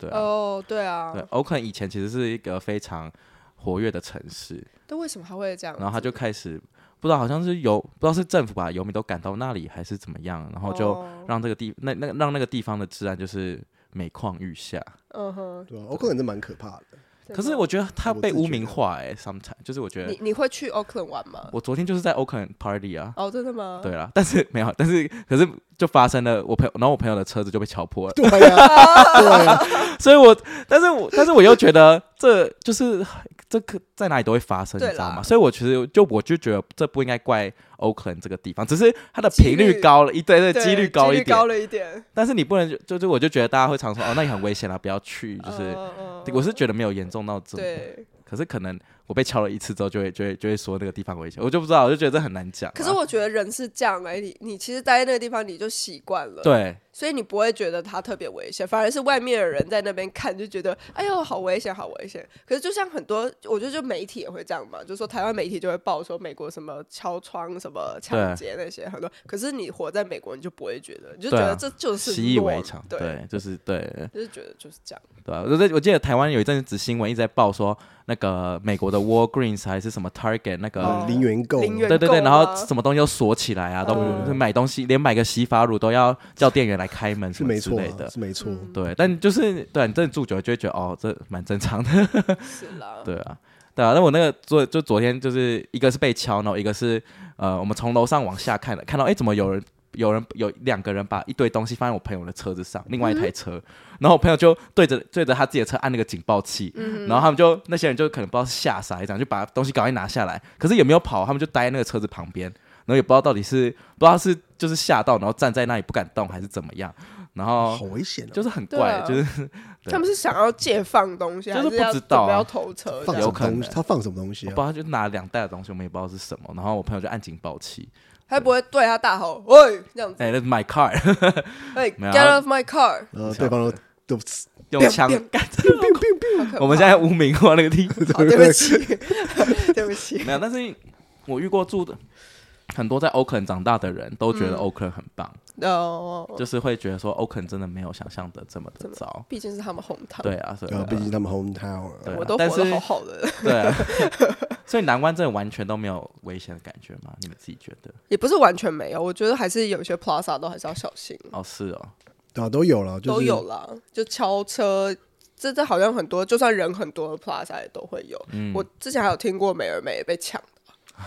对啊，
哦，对啊
对，，Oakland 以前其实是一个非常活跃的城市，
但为什么他会这样？
然后他就开始不知道好像是游，不知道是政府把游民都赶到那里还是怎么样，然后就
哦
让这个地那那让那个地方的治安就是每况愈下。
嗯哼，
对啊，欧克兰真蛮可怕的。
真
可
的
是我觉得他
我
被
自
污
觉
名
得
化哎、欸、，sometimes 就是我觉
你
得
你会去 Oakland 玩吗？
我昨天就是在 Oakland party 啊。
哦，真的吗？
对啦，但是没有，但是可是就发生了，我朋友，然后我朋友的车子就被敲破了，
对啊，
哦
对啊，
所以我，但是我，但是我又觉得这就是这个在哪里都会发生，你
对
知道
啦
吗？所以，我其实就我就觉得这不应该怪 Oakland 这个地方，只是它的
几
频率
率
高了一，对对，
对，
几率高一点，
高了一点。
但是你不能就就是，我就觉得大家会常说哦，那你很危险啊，不要去。就是、
嗯嗯嗯
我是觉得没有严重到这么，
对，
可是可能我被敲了一次之后，就会就会就会说那个地方危险，我就不知道，我就觉得这很难讲啊、
可是我觉得人是这样哎，你你其实待在那个地方你就习惯了，
对
所以你不会觉得它特别危险，反而是外面的人在那边看就觉得，哎呦，好危险，好危险。可是就像很多，我觉得就媒体也会这样嘛，就说台湾媒体就会报说美国什么敲窗、什么抢劫那些很多，可是你活在美国，你就不会觉得，你就觉
对
得
啊
这就是
习以
norm，
为常，
对，
对，就是对
就是觉得就是这样。
对啊吧、我在我记得台湾有一阵子新闻一直在报说那个美国的 Walgreens 还是什么 Target 那个。
哦
嗯零元购，
零元
对对对，
购
然后
啊
什么东西都锁起来啊，都不
嗯
就是买东西，连买个洗发乳都要叫店员来开门，
是没错
类
啊
的。嗯
是没错。
对，但就是对你真的住久了就会觉得哦，这蛮正常的。
是啦，
对啊，对啊。那我那个昨就昨天就是一个是被敲，然后一个是呃，我们从楼上往下看的，看到哎、诶怎么有人有人有两个人把一堆东西放在我朋友的车子上，另
嗯
外一台车，然后我朋友就对着对着他自己的车按那个警报器，
嗯
然后他们就那些人就可能不知道是吓傻还是怎样，就把东西赶快拿下来，可是也没有跑，他们就待在那个车子旁边，然后也不知道到底是不知道是就是吓到，然后站在那里不敢动还是怎么样，然后
好危险哦！
就是很
对
怪，
啊
就是对
他们是想要借放东西，
就是
还是要
不知道啊
准备要投车这样，
放什
有
么
可能哦
东西？他放什么东西
我
啊
不知？道他就拿了两袋的东西，我们也不知道是什么，然后我朋友就按警报器，
他不会对他大吼“喂”这样子，
哎、t h a t s my car，
哎
没有
g e t off my car！
然呃后对方都都
用 枪 干这个。
好可怕
我们现在污名化那个地方，
好对不起，对不起，
没有，但是我遇过住的很多在 Oakland 长大的人都觉得
嗯
Oakland 很棒，
哦，
就是会觉得说 Oakland 真的没有想象的这么的糟。
毕竟是他们红糖，
对啊，所以
对啊，毕竟他们 hometown 啊
对啊
我都
但
活
是
得好好的，
对啊， 所以南湾真的完全都没有危险的感觉吗？你们自己觉得？
也不是完全没有，我觉得还是有些 plaza 都还是要小心，
哦，是哦，
对啊都有了，就是
都有啦，就敲车。这这好像很多，就算人很多的 plaza 也都会有。
嗯
我之前还有听过美而美也被抢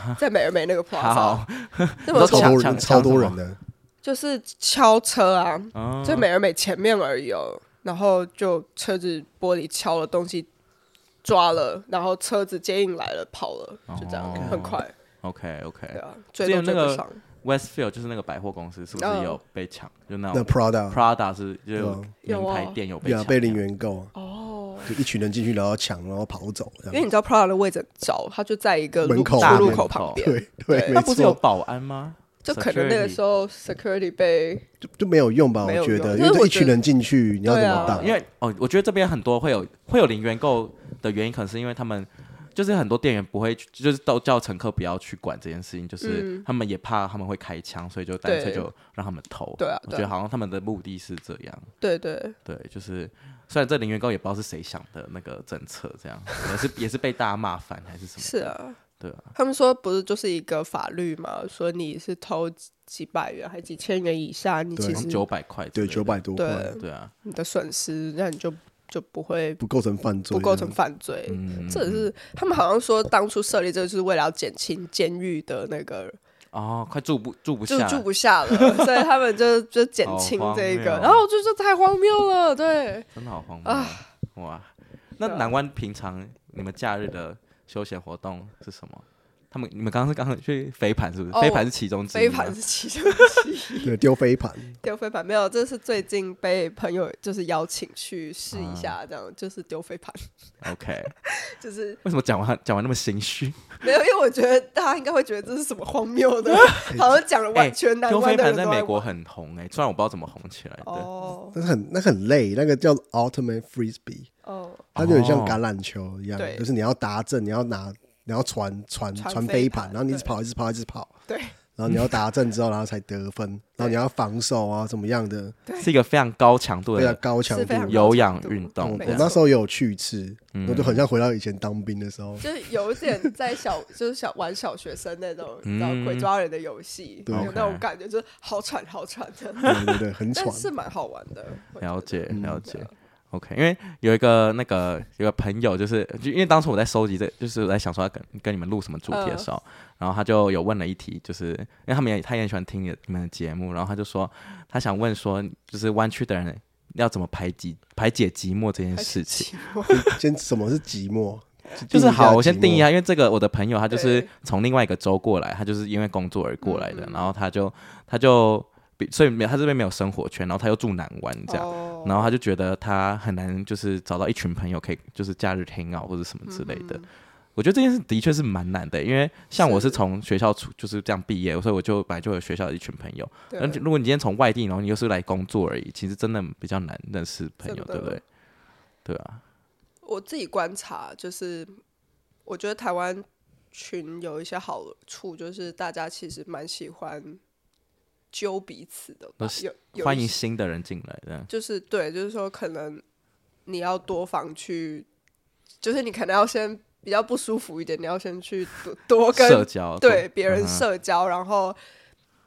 的，在美而美那个 plaza，
好，
那么
都
超
抢
多
抢
人超
抢什
多人
么
的，
就是敲车啊，
哦
在美而美前面而已哦，然后就车子玻璃敲了，东西抓了，然后车子接应来了，跑了，就这样，
哦
很快，
OK OK，
对啊，
之
追
前
都
那
追
个
不上。
Westfield 就是那个百货公司，是不
嗯
是有被抢？就那
那
种
Prada
哦 Prada 是就是
有
名牌
哦
店有被
对啊
抢，
被零元购，
哦，
就一群人进去然后抢然后跑走这
因为
样，
你知道 Prada 的位置很糟，它就在一个路
门口
出
那
入
边
口旁边，
对对，
对
没
那不是有
错，
保安吗？
就可能那个时候 security 被
就就没有用吧？我
没有
觉
用
得，
因
因
为
为
我
这一
觉
群
得
人进去，你要怎
对
么
啊
打？
因为哦，我觉得这边很多会有会有零元购的原因，可能是因为他们就是很多店员不会去，就是都叫乘客不要去管这件事情，就是
嗯
他们也怕他们会开枪，所以就干脆
对
就让他们投。
对啊
我
对
觉得
啊
好像他们的目的是这样，
对对，
对，就是虽然这零元购也不知道是谁想的那个政策，这样也是 也是被大家骂烦还是什么？
是，啊，
对啊，
他们说不是就是一个法律嘛，说你是偷几几百元还几千元以下，你
对
其实
九百块之
对
类的，
九百多块
对
对啊，
你的损失，那你就就不会
不构成犯罪，
不构成犯罪，
嗯，
这也是他们好像说当初设立这个就是为了要减轻监狱的那个
哦，快住不住不
就
下，
住不下 了，所以他们就就减轻
好荒
这
谬啊
个，然后我就说太荒谬了，对，
真的好荒谬哇！那
啊对啊
南湾平常你们假日的休闲活动是什么？他们你们刚刚是刚刚去飞盘是不是？
哦
飞盘是其中之一
飞
吗。
盘是其中之一，
对丢飞盘，
丢飞盘没有，这是最近被朋友就是邀请去试一
啊
下，这样、就是丢飞盘，
OK，
就是
为什么讲完讲完那么心 虚？
没有，因为我觉得大家应该会觉得这是什么荒 谬的，好像讲了
哎，
完全难
丢
湾
飞
的
盘
人
在
都
美
玩
国很红哎，虽然我不知道怎么红起来的。
哦
那是很那很累，那个叫 ultimate frisbee，
哦，
它就很像
哦
橄榄球一样，
对
就是你要达阵，你要拿，你要传传
传
传
飞
飞
盘
盘，然后你一直
对
跑，一直跑，一直跑，
对
然后你要达阵之后，然后才得分，然后你要防守啊，怎么样的，
是一个非常高强度
非常
的
高强
是
度
非常
的。
有氧运
我
动
没
这
我
样。
那
错
时候也有去吃，
嗯
我就很像回到以前当兵的时候，
就是有一点在小， 就是小玩小学生那种，你知道
嗯
鬼抓人的游戏，
对
有那种
OK
感觉，就是好喘好喘的，
对对对，很
但
喘。
是蛮好玩的。我觉得啊
了解了解。OK，因为有一个那个有个朋友，就是就因为当初我在收集这，就是我在想说要跟跟你们录什么主题的时候，然后他就有问了一题，就是因为他们也他也很喜欢听你你们的节目，然后他就说他想问说，就是湾区的人要怎么排解排解寂寞这件事情。
先什么是寂寞？
就是好，我先
寂寞
定义一下，啊因为这个我的朋友他就是
对
从另外一个州过来，他就是因为工作而过来的，
嗯嗯
然后他就他就比所以没有他这边没有生活圈，然后他又住南湾这样，
哦
啊然后他就觉得他很难，就是找到一群朋友可以，就是假日 hang out 或者什么之类
嗯
的。我觉得这件事的确是蛮难的，因为像我是
是
从学校出就是这样毕业，所以我就本来就有学校的一群朋友。
对
而且如果你今天从外地，然后你又是来工作而已，其实真的比较难认识朋友，
真的
对不对？对啊，
我自己观察，就是我觉得台湾群有一些好处，就是大家其实蛮喜欢揪彼此的吧，
都是
有有
欢
一
迎
些，
新的人进来的。
就是对，就是说可能你要多方去，就是你可能要先比较不舒服一点，你要先去多多跟
社交
对别人
嗯哼
社交，然后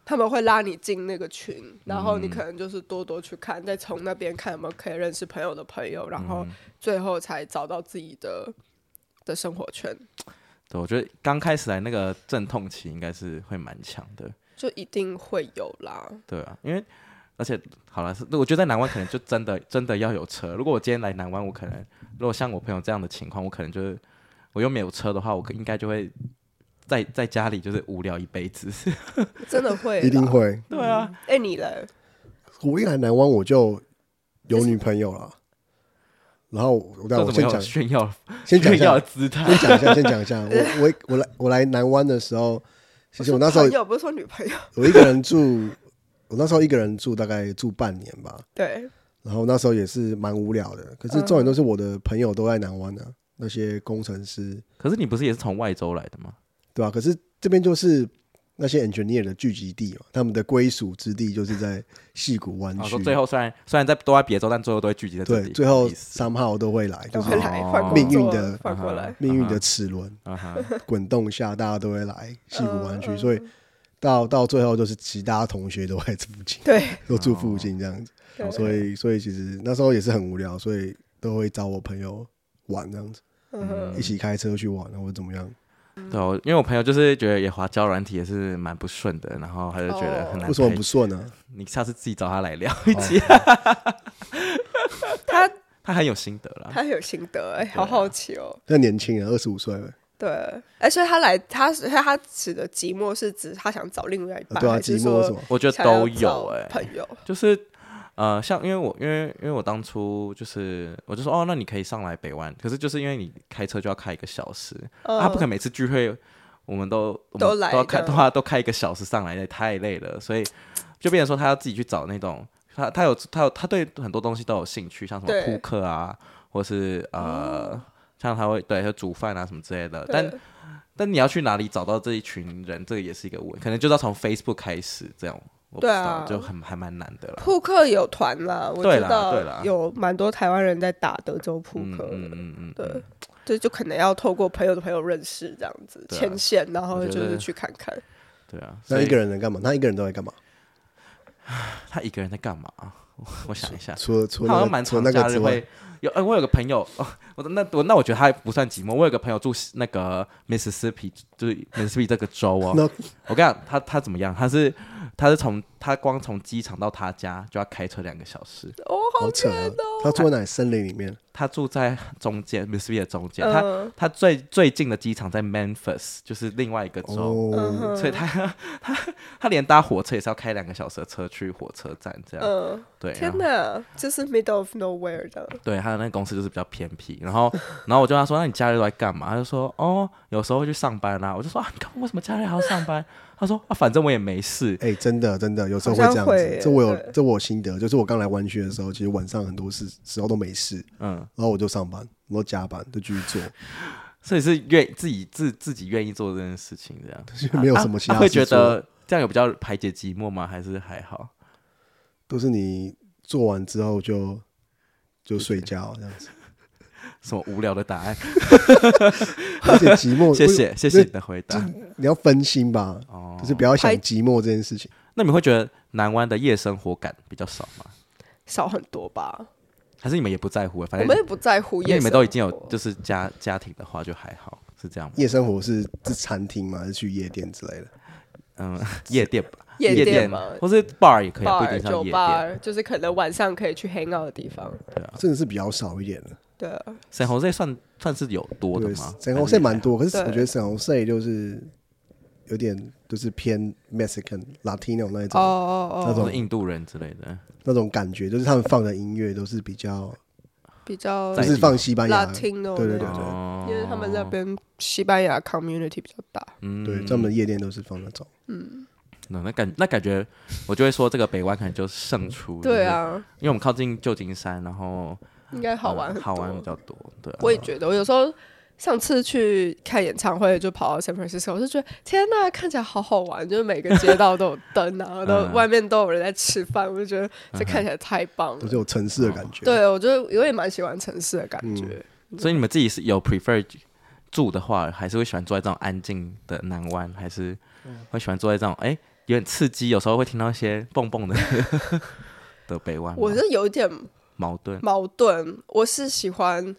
他们会拉你进那个群，然后你
嗯
可能就是多多去看，再从那边看有没有可以认识朋友的朋友，然
嗯
后最后才找到自己的的生活圈。
对，我觉得刚开始来那个阵痛期应该是会蛮强的，
就一定会有啦。
对啊，因为而且好了，是我觉得在南湾可能就真的真的要有车。如果我今天来南湾，我可能如果像我朋友这样的情况，我可能就是我又没有车的话，我可应该就会在在家里就是无聊一辈子。
真的会，
一定。会。
对啊，
哎、你嘞？
我一来南湾我就有女朋友了，然后 我
这
让
怎
我
么
先
有
讲，
炫耀
先讲一
炫耀
下
的，姿态？
先讲一下，先讲一下。我我我来我来南湾的时候，其实我那时候
朋友不是说女朋友，
我一个人住，我那时候一个人住大概住半年吧，
对，
然后那时候也是蛮无聊的。可是重点都是我的朋友都在南湾啊，那些工程师，
可是你不是也是从外州来的吗？
对吧、可是这边就是那些 engineer 的聚集地嘛，他们的归属之地就是在戏谷湾
我哦
区
啊说。最后虽然虽然在都在别州，但最后都会聚集在这
对
里。，
最后
意思
三号都会 来，就
都
是
会来
哦
换工作
命运的
换过来。
命运的齿 轮
啊哈，
滚动下，大家都会来戏谷湾区，
嗯
所以到到最后就是其他同学都在这附近，
对，哦
都住附近这样子。
对
所以所以其实那时候也是很无聊，所以都会找我朋友玩这样子，
嗯哼
一起开车去玩，啊或者怎么样。
对啊，我因为我朋友就是觉得也滑交软体也是蛮不顺的，然后他就觉得很难。
哦为什么不？顺啊呢？
你下次自己找他来聊一起。
哦他
他很有心得啦。
他有心得，哎，
啊
好好奇哦。
那年轻人二十五岁，呃
对，哎，所以他来，他所以他指的寂寞是指他想找另外一半，
对啊，
还是
寂寞
说
什么？
我觉得
想要
都有
找
哎、
朋友，
就是呃，像因为我因为因为我当初就是我就说哦，那你可以上来北湾，可是就是因为你开车就要开一个小时，啊
嗯
他不可能每次聚会我们都我们
都来
都要开
的
都要都开一个小时上来，也太累了，所以就变成说他要自己去找那种他他有他有他对很多东西都有兴趣，像什么
对哦
扑克啊，或是呃。像他会对，就煮饭啊什么之类的，
对
但但你要去哪里找到这一群人，这个也是一个问，可能就是要从 Facebook 开始这样，我不知
对
道，
啊
就很还蛮难的啦。
扑克有团啦，我
对
知
啦对啦
道有蛮多台湾人在打德州扑克
嗯
的，
嗯嗯嗯，
对，这就可能要透过朋友的朋友认识这样子
对啊
牵线，然
我
后
觉
就
得
是去看看。
对啊。
那一个
人
人能干嘛？他一个人都在干嘛？
他一个人在干嘛 啊？我我想一下，
除了除
他好
了
像蛮
除
常
了那
假
个
日
之外
会，有。哎，我有个朋友， 哦、我的那我那我觉得他还不算寂寞。我有个朋友住那个 Mississippi，就是 Mississippi 这个州哦。
那
我跟你讲，他他怎么样？他是他是从他光从机场到他家就要开车两个小时。
哦，
好扯啊！他住在哪里？森林里面，
他住在中间 Mississippi 的中间，他
嗯，
他最最近的机场在 Memphis，就是另外一个州。
哦，
嗯
所以他他 他连搭火车也是要开两个小时的车去火车站，这样、
嗯，
对。啊然
天
后
哪，这是 middle of nowhere 的，
对，他的那个公司就是比较偏僻。然后，然后我就跟他说：“那你假日都在干嘛？”他就说：“哦，有时候会去上班啦、我就说：“啊，你干嘛为什么假日还要上班？”他说：“啊，反正我也没事。
哎，真的真的，有时候会
好
这
像
样
会
子
耶。
这我有
对
这我有心得，就是我刚来湾区的时候，其实晚上很多事时候都没事，”
嗯，
然后我就上班，我都加班，就继续做，
所以是愿自己自自己愿意做这件事情，这样
是没有什么其
啊
他
会
事
觉
做
得这样有比较排解寂寞吗？还是还好？
都是你做完之后就就睡觉这样子，
什么无聊的答案？
而且寂寞，
谢谢谢谢你的回答。
你要分心吧，
哦，
就是不要想寂寞这件事情。
那你会觉得南湾的夜生活感比较少吗？
少很多吧？
还是你们也不在乎？啊反
我
正
们也不在乎
哎因为
夜生活，
你们都已经有就是家家庭的话，就还好，是这样吗？
夜生活是是餐厅嘛，还是去夜店之类的？
嗯，夜店吧，
夜
店
店嘛
或是 bar 也可以啊，不一
bar
定是要
酒
夜店。
吧，就是可能晚上可以去 hang out 的地方。
真的是比较少一点的。
对啊，
沈红 e 算算是有多的
对
吗？，
沈红 C 蛮多，可是
对
我觉得沈红 C 就是有点就是偏 Mexican、Latino 那一
哦
种
哦
那
哦，
种
或是印度人之类的。
那种感觉，就是他们放的音乐都是比较
比较
不
在
是放西班牙，对
Latino，
对对对
哦
啊因为他们那边西班牙 community 比较大。
嗯
对，专门夜店都是放那种。
那那感那感觉，我就会说这个北湾可能就胜出。
对
就是，
啊，
因为我们靠近旧金山，然后
应该好玩
呃
很
好玩
多
比较多。对啊，
我也觉得，我有时候上次去看演唱会，就跑到 San Francisco，我就觉得天呐，看起来好好玩，就是每个街道都有灯啊，然后
嗯
都外面都有人在吃饭，我就觉得这看起来太棒
都
了。
是有城市的感觉。
对，我就我也蛮喜欢城市的感觉。
所以你们自己是有 prefer 住的话，还是会喜欢住在这种安静的南湾，还是
嗯
会喜欢住在这种哎、有点刺激，有时候会听到一些蹦蹦的 的北湾吗？
我是有一点
矛盾，
矛盾，我是喜欢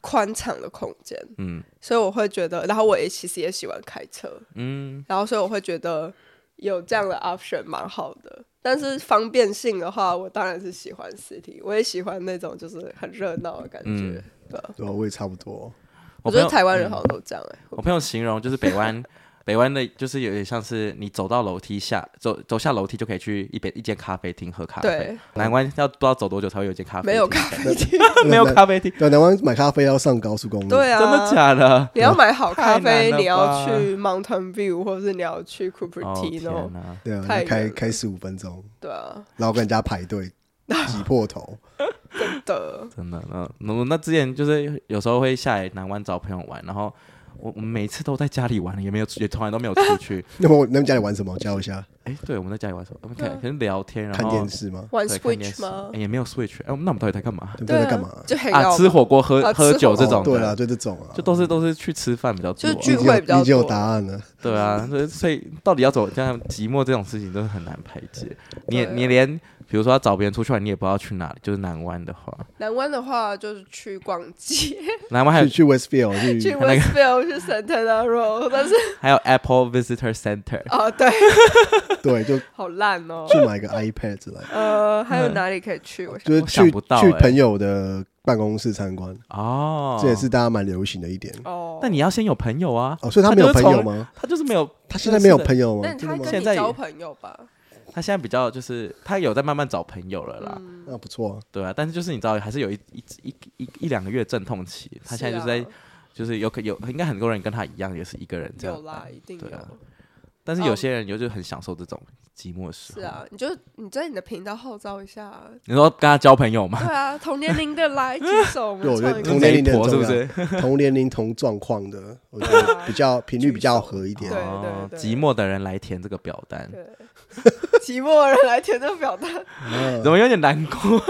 宽敞的空间，
嗯
所以我会觉得，然后我也其实也喜欢开车，
嗯
然后所以我会觉得有这样的 option 蛮好的。但是方便性的话，我当然是喜欢实体，我也喜欢那种就是很热闹的感觉。
嗯
对啊，
对吧？我也差不多。
我
朋
觉
友
得台湾人
嗯
好像都这样哎、
我朋友形容就是北湾， 北湾的就是有点像是你走到楼梯下，走走下楼梯就可以去一边一间咖啡厅喝咖啡。
对，
南湾要不知道走多久才会有一间咖啡厅，
没有咖啡厅，
没有咖啡厅，
对，南湾买咖啡要上高速公 路，
对啊，
真的假的？
你要买好
太
咖
难
啡，
了吧
你要去 Mountain View，或者是你要去
哦天
Cupertino，、
哪！
对啊，
太
要
远
开
了
开十五分钟，
对啊
然后跟人家排队挤破头。
的。
真的，那那那之前就是有时候会下来南湾找朋友玩，然后我我们每次都在家里玩，也没有也从来都没有出 去。
那么我那么家里玩什么？教我一下，
哎，对，我们在家里玩什么？我们
啊
可可能聊天，然
看
后
电视吗？
玩
对看电
Switch
视
吗
诶？也没有 Switch。哎，那我们到底在干嘛？
对不
对
对？
啊，
在干嘛？
就很
啊，吃火锅、喝
啊
喝
吃
酒
火
这
哦
种
对
的
啦，，就这种啊，
就都是都是去吃饭比较多
就
啊。
你已
聚
经有
会比较
你已经有
多
答案了。
对啊，所以所以到底要走，像寂寞这种事情真的很难排解。你也
对啊
你连比如说要找别人出去玩，你也不知道去哪里，就是南湾的话，
南湾的话就是去逛街，
南湾还有
去去 Westfield 去
去 Westfield，去 Santana Row，但是
还有 Apple Visitor Center，
啊，对，
对，就
好烂哦。
去买个 iPad 之类的，
呃，还有哪里可以去？ 我想
就是
我想
去
不到
去
欸
朋友的办公室参观，
哦，
这也是大家蛮流行的一点。
哦，
那你要先有朋友啊。
哦，所以他没有朋友吗？
他就是没有，
他现在没有
友，
朋友吗
哦那？
真
他
的吗？
跟
现
你
在也
交朋友吧？
他现在比较就是他有在慢慢找朋友了啦，
嗯
那不错啊，
对啊，但是就是你知道，还是有一一一一一两个月阵痛期，他现在就是
是
在、
啊
就是有可有应该很多人跟他一样，也是一个人这样
有啦，
办
一定
对啊
有。
但是
哦
有些人有就很享受这种寂寞的时候。
是啊，你就你在你的频道号召一下啊，
你说跟他交朋 友吗？
对啊，同年龄的来举 手，我们
对我觉
唱
得
一个
同年
媒
龄的
婆
很
是不
重
是？
同年龄同状况的，我觉得比较频率比较合一点。
啊
啊
对
哦
对
寂寞的人来填这个表单，
对，寂寞人来填这个表单，
嗯
怎么有点难过？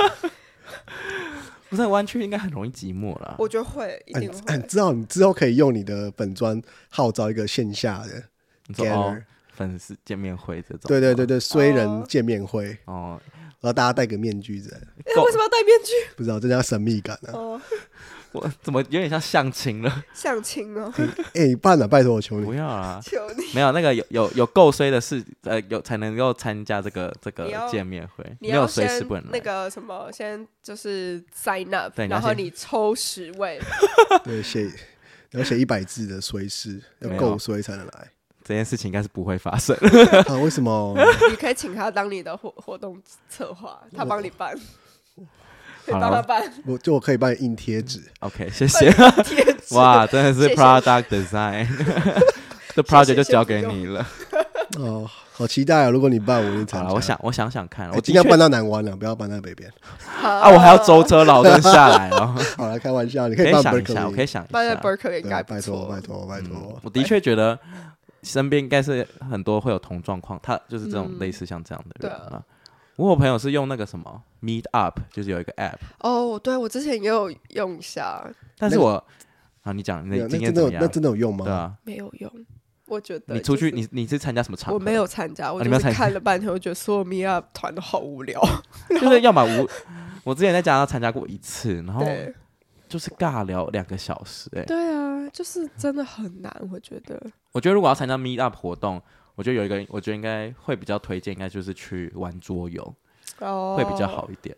不是湾区应该很容易寂寞啦。
我觉得会，一
啊
定
你啊你
会。
知道，你之后可以用你的本专号召一个线下的
你说哦
gather，，
粉丝见面会这种，
对对对，对，衰人
哦
见面会，
哦，
然后大家戴个面具之类的，
哎 为什么要戴面具？
不知道这叫神秘感啊。
哦，
我怎么有点像相亲了？
相亲哦，
哎、你办了，拜托我求
不
你，
要啊！
求你，
没有那个有有有够衰的事，呃，有才能够参加这个这个
你要
见面会，
你
没有
要
随
先
时不能来
那个什么，先就是 sign up，
对你要
然后
先
你抽十 位，
对，写你要写一百字的衰事，要
没有
够衰才能 来。
这件事情应该是不会发生。
啊，为什么？
你可以请他当你的活活动策划，他帮你办，你
好
帮他
了
办
我就我可以帮你印贴纸，
，OK，谢 谢。
贴纸。
哇，真的是
谢谢
product design，这 project 就交给你了。
哦，好期待啊！如果你办，我就参
好了，
加。
我想我想想看，
哎，
啊我
尽
的
量
确
搬到南湾了，不要搬到北边。
啊
啊，我还要舟车劳顿下来 哦。
好了，开玩笑，你
可
以
以
办
想一
Berkeley，
下，我可以想一
办在
下。
Berkeley 应
对啊
该不
拜托，
错，
拜托，拜托。
嗯我的确觉得身边应该是很多会有同状况，他就是这种类似像这样的人
嗯对
啊。我有朋友是用那个什么 Meet Up，就是有一个 app，
哦，对我之前也有用一下，
但是
那个
我啊，你讲你
没有
的
那
经验
真
怎
的有
么
那
样？
真的有用
对
吗？
啊，
没有用，我觉得
你出去
就是
你你是参加什么场合？
我没有参加，我
你没有
就
参
是
加
看了半天，我觉得所有 meet up 团都好无聊。
就是要么无，我之前在加拿大参加过一次，然后
对
就是尬聊两个小时、欸。哎，
对啊，就是真的很难，我觉得。
我觉得如果要参加 Meet Up 活动，我觉得有一个，我觉得应该会比较推荐，应该就是去玩桌游
哦，
会比较。好一点。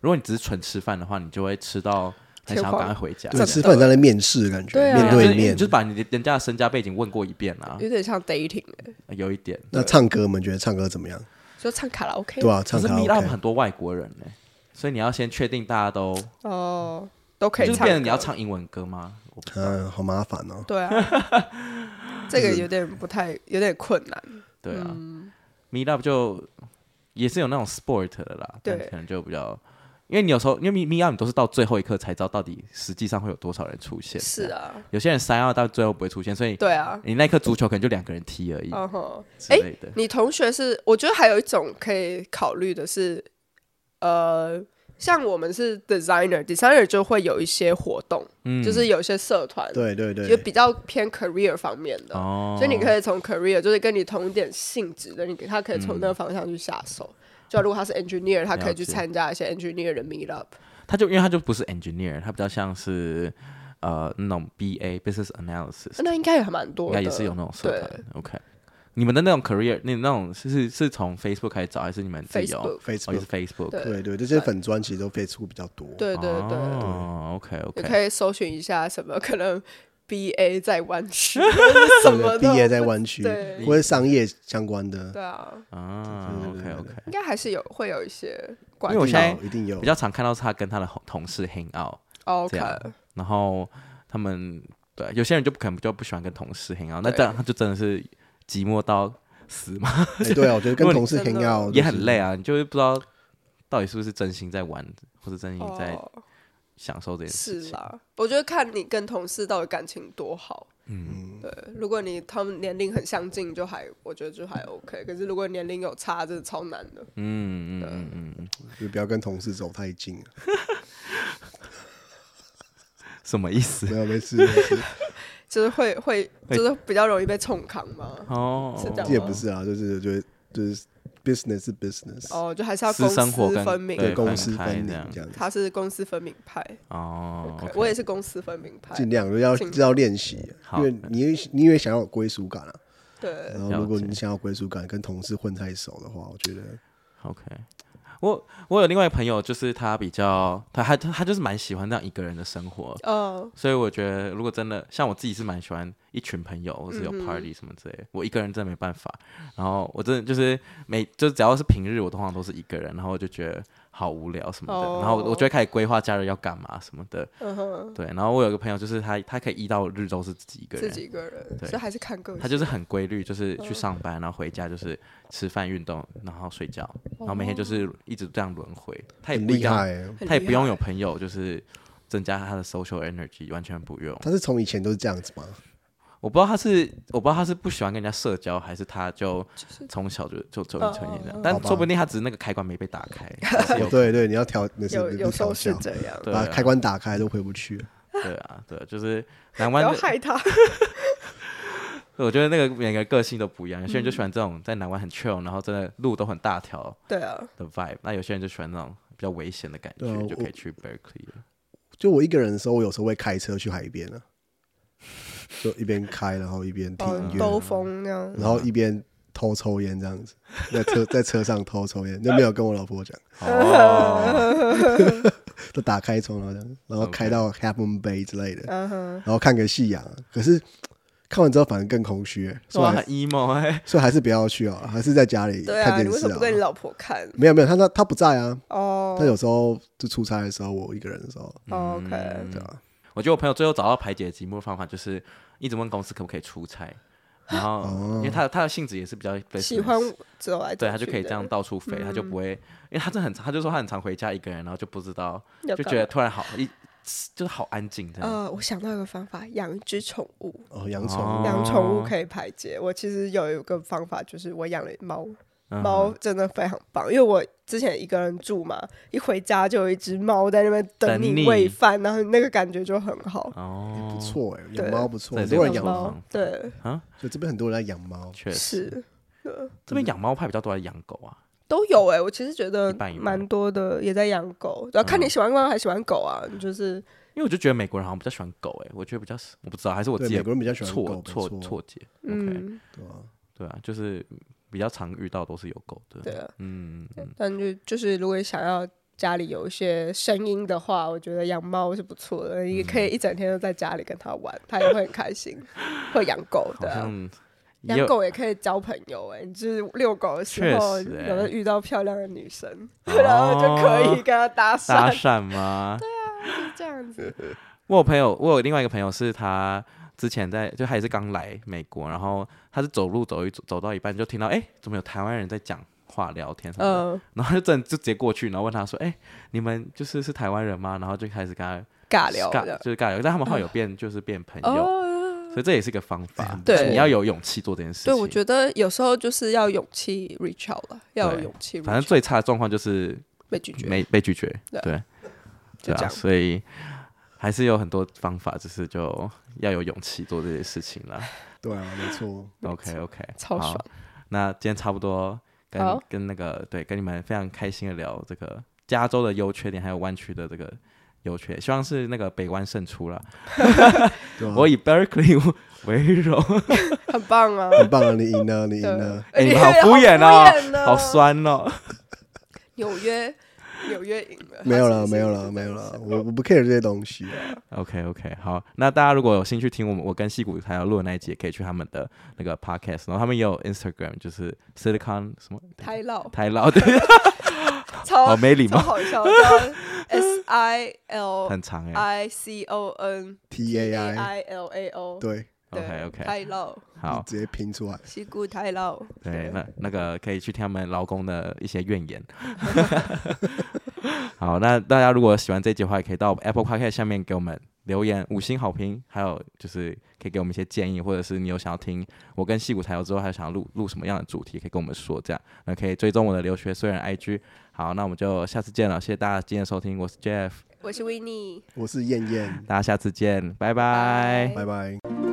如果你只是纯吃饭的话，你就会吃到很想要赶快回家。
对，吃饭在那面试，感觉
对啊
面
就是
对
你
面
就。是把你的人家的身家背景问过一遍啦、
哦有点像 dating，、欸、
有一点。
那唱歌，我们觉得唱歌怎么样？
就唱卡拉 OK。
对啊，
可
唱
是
卡拉
Meet Up
OK。
很多外国人呢、所以你要先确定大家都，
哦，都可以
就
唱
是
歌。
变成你要唱英文歌吗？我不知道
嗯，好麻烦哦。
对啊， 这个有点不太，有点困难。
对啊、m
嗯
e e t Up 就也是有那种 sport 的啦，但
对
可能就比较，因为你有时候因为 Meet Meet Up 你都是到最后一刻才知道到底实际上会有多少人出现，
是，啊，
有些人三二到最后不会出现，所以
对啊。
你那一颗足球可能就两个人踢而已
嗯哼，
之类的。
你同学是，我觉得还有一种可以考虑的是，呃，像我们是 designer，designer 就会有一些活动，
嗯
就是有一些社团，
对对
就
对，
比较偏 career 方面的。
哦，
所以你可以从 career，就是跟你同一点性质的，你他可以从那个方向去下手。就如果他是 engineer，他可以去
嗯了解
参加一些 engineer 的 meet up。
他就因为他就不是 engineer，他比较像是呃那种 BA business analysis，
那应该也还蛮多
应
的，
该也是有那种社团
对
，OK。你们的那种 career，那那种是是是从 Facebook 开始找，还是你们自己有？
Facebook
哦，也
Facebook，
是 Facebook。
对
对对，这些粉砖其实都 Facebook 比较多。
对对对，
哦，OK
你
OK。
可以搜寻一下什么可能 B A 在湾 区什
对
么的
对毕业在湾区
啊对
或者商业相关的，
对啊，
啊
对
，OK
对
OK。
应该还是有会有一些关
因为我
一
现
定
在
有一定有
比较常看到他跟他的同同事 hang out，这
OK
样然后他们对有些人就不可能就不喜欢跟同事 hang out，那
对
这样他就真的是寂寞到死嘛，
哎对啊，我觉得
如
跟
果你
同事
真
hang
的
out
也
就
很
是
累啊，你就会不知道到底是不是真心在玩，或者真心在
哦
享受这件事
是
情。
啦，我觉得看你跟同事到底感情多好。嗯，对，如果你他们年龄很相近，就还我觉得就还 OK。可是如果年龄有差，真的超难的。
嗯嗯嗯嗯嗯，
就不要跟同事走太近 了。
什么意思？
没有，没事，没事，
就是会会就是比较容易被冲扛嘛。
哦，
是这样
这也不是啊，就是觉得就是 business 是 business，
哦，就还是要
私
公
生活
私
跟
分明。
对
公私
分开
分
这
明
样
这样，
他是公私分明派
哦
OK，
，OK，
我也是公私分明派。
尽量要
尽量
要练习，
好
因为你也你也想要有归属感啊。
对
然，后如果
了
你
解
想要有归属感，跟同事混太熟的话，我觉得
OK，我我有另外一个朋友，就是他比较，他他他就是蛮喜欢这样一个人的生活，
哦，
所以我觉得如果真的像我自己是蛮喜欢一群朋友，或是有
嗯哼
party 什么之类的，我一个人真的没办法。然后我真的就是每就是只要是平日，我通常都是一个人，然后我就觉得好无聊什么的，
哦
然后我就会开始规划假日要干嘛什么的。
嗯哼，
对，然后我有一个朋友，就是他他可以一到日都是自己一个
自
人，
己一个人，
对
所以还是看个人。
他就是很规律，就是
嗯
去上班，然后回家就是吃饭、运动，然后睡觉，然后每天就是一直这样轮回。他也
很
不一
厉
定要，
害欸。
哦很
他也
厉
不用
害
有朋友，就是增加他的 social energy，完全不用。
他是从以前都是这样子吗？
我不知道他是，我不知道他是不喜欢跟人家社交，还是他就
就是
从小就就就
哦
成这样
哦，
但
好吧
说不定他只是那个开关没被打 开，也是有
哦，对对，你要调那是
有有时候
调
是
校，
这样，
对
把
啊
开关打开都回不去了。
对啊，对，就是南
不
湾
要
的，
害他。
我觉得那个每个人个性都不一样，有些人就
嗯
喜欢这种在南湾很 chill，然后真的路都很大条，
对啊，
的 vibe。那有些人就喜欢那种比较危险的感觉，
对啊
就可以
我
去 Berkeley 了。
就我一个人的时候，我有时候会开车去海边啊，就一边开，然后一边听
哦
啊
音，乐，
兜风
嗯
那样。
然后一边偷抽烟这样子，在车在车上偷抽烟，就没有跟我老婆讲，
哦，
就打开窗然后这样，然后
OK
开到 Half Moon Bay 之类的，
嗯哼，
然后看个夕阳啊。可是看完之后反而更空虚欸，所
哇，
以
很
还
emo 哎、
所以还是不要去啊，还是在家里
对
看
啊，你
电
为
视
什么
啊
不。跟你老婆看？
没有没有，他他他不在啊，
哦
他有时候就出差的时候，我一个人的时候，
哦，OK，
嗯
对啊，
我觉得我朋友最后找到排解寂寞的方法，就是一直问公司可不可以出差，然后、
哦
因为他的他的性质也是比较 business
喜欢走来走去的，嗯
对他就可以这样到处飞，他就不会，因为他真的很，他就说他很常回家一个人，然后就不知道，
要
就
干
觉得
嘛
突然好一就是好安静这样。
呃，我想到一个方法，养一只宠物，
哦，养
哦
宠物，
养宠物可以排解。我其实有一个方法，就是我养了猫，
嗯
猫真的非常棒，因为我之前一个人住嘛，一回家就有一只猫在那边
等你
你喂饭，然后那个感觉就很好。
哦
不，错哎，
对
养猫不错，
对
很多人
这
养
个方
猫，
猫
法，
对，
所以这边很多人在养猫，
确实，
是
这边养猫派比较多，还是养狗啊？
都有哎、我其实觉得
一半嗯一半
蛮多的，也在养狗，然后看你喜欢猫还喜欢狗啊，你就是
因为我就觉得美国人好像比较喜欢狗、哎，我觉得比较是，我不知道，还是我自
对，
己
美
的
国人比较喜欢狗
错，错
没
错节。OK，
嗯，
对啊
对啊，就是比较常遇到都是有狗的。
对啊。
嗯，嗯嗯
但就就是如果想要家里有一些声音的话，我觉得养猫是不错的，也
嗯
可以一整天都在家里跟它玩，它也会很开心。会养狗
嗯好
的啊，
像也
养
有
狗也可以交朋友哎、你就是遛狗的时候，
确实欸
有的遇到漂亮的女生，
哦
然后就可以啊跟她搭
搭
讪，
讪 吗？
就是这样子。
我有朋友，我有另外一个朋友是他之前在，就他也是刚来美国，然后他是走路走一走走到一半就听到，哎、怎么有台湾人在讲话聊天什么的，
嗯，
然后他就真的就直接过去，然后问他说，哎、你们就是是台湾人吗？然后就开始跟他
尬聊
尬
的嗯
就是尬聊，但他们后来有变就是变朋友，
哦。
所以这也是个方法，
对
就是你要有勇气做这件事情。
对，我觉得有时候就是要勇气 reach out 了，要有
对
勇气 reach out，
反正最差的状况就是
被拒绝，
没被拒绝，
对
对，对
就这
啊，
样。
所以还是有很多方法，就是就要有勇气做这些事情啦。
对啊，没错。
OK OK，
超爽
那今天差不多跟
好
跟那个对，跟你们非常开心的聊这个加州的优缺点，还有湾区的这个优缺，希望是那个北湾胜出了。
对啊
嗯
吧
我以 Berkeley 为荣，
很棒啊！
很棒啊，你赢了，你赢了，
哎、
对
你们好敷衍哦， 好。酸哦。
纽约，纽约赢了，
没有
他
了，
其实
没有
是
了，
真
没有
的
了
是，
我我不 care 这些东西啊。
OK OK，好，那大家如果有兴趣听我们我跟戏骨还有录的那一集，也可以去他们的那个 Podcast，然后他们也有 Instagram，就是 Silicon 什么
太老，
台老，对，
超
好没礼貌
超好 笑，叫 S I L
很长哎。
I C O N
T A I，
I L A O，
对，
OK OK，
太老，
好，
直接拼出来。
西谷太老，
对，那那个可以去听他们劳工的一些怨 言。好，那大家如果喜欢这一集的话，也可以到 Apple Podcast 下面给我们留言五星好评，还有就是可以给我们一些建议，或者是你有想要听我跟戏骨台有之后还想要录录什么样的主题，可以跟我们说。这样，那可以追踪我的留学虽然 IG。好，那我们就下次见了，谢谢大家今天的收听，我是 Jeff，
我是维尼。
我是燕燕，
大家下次见，拜拜
拜
拜拜。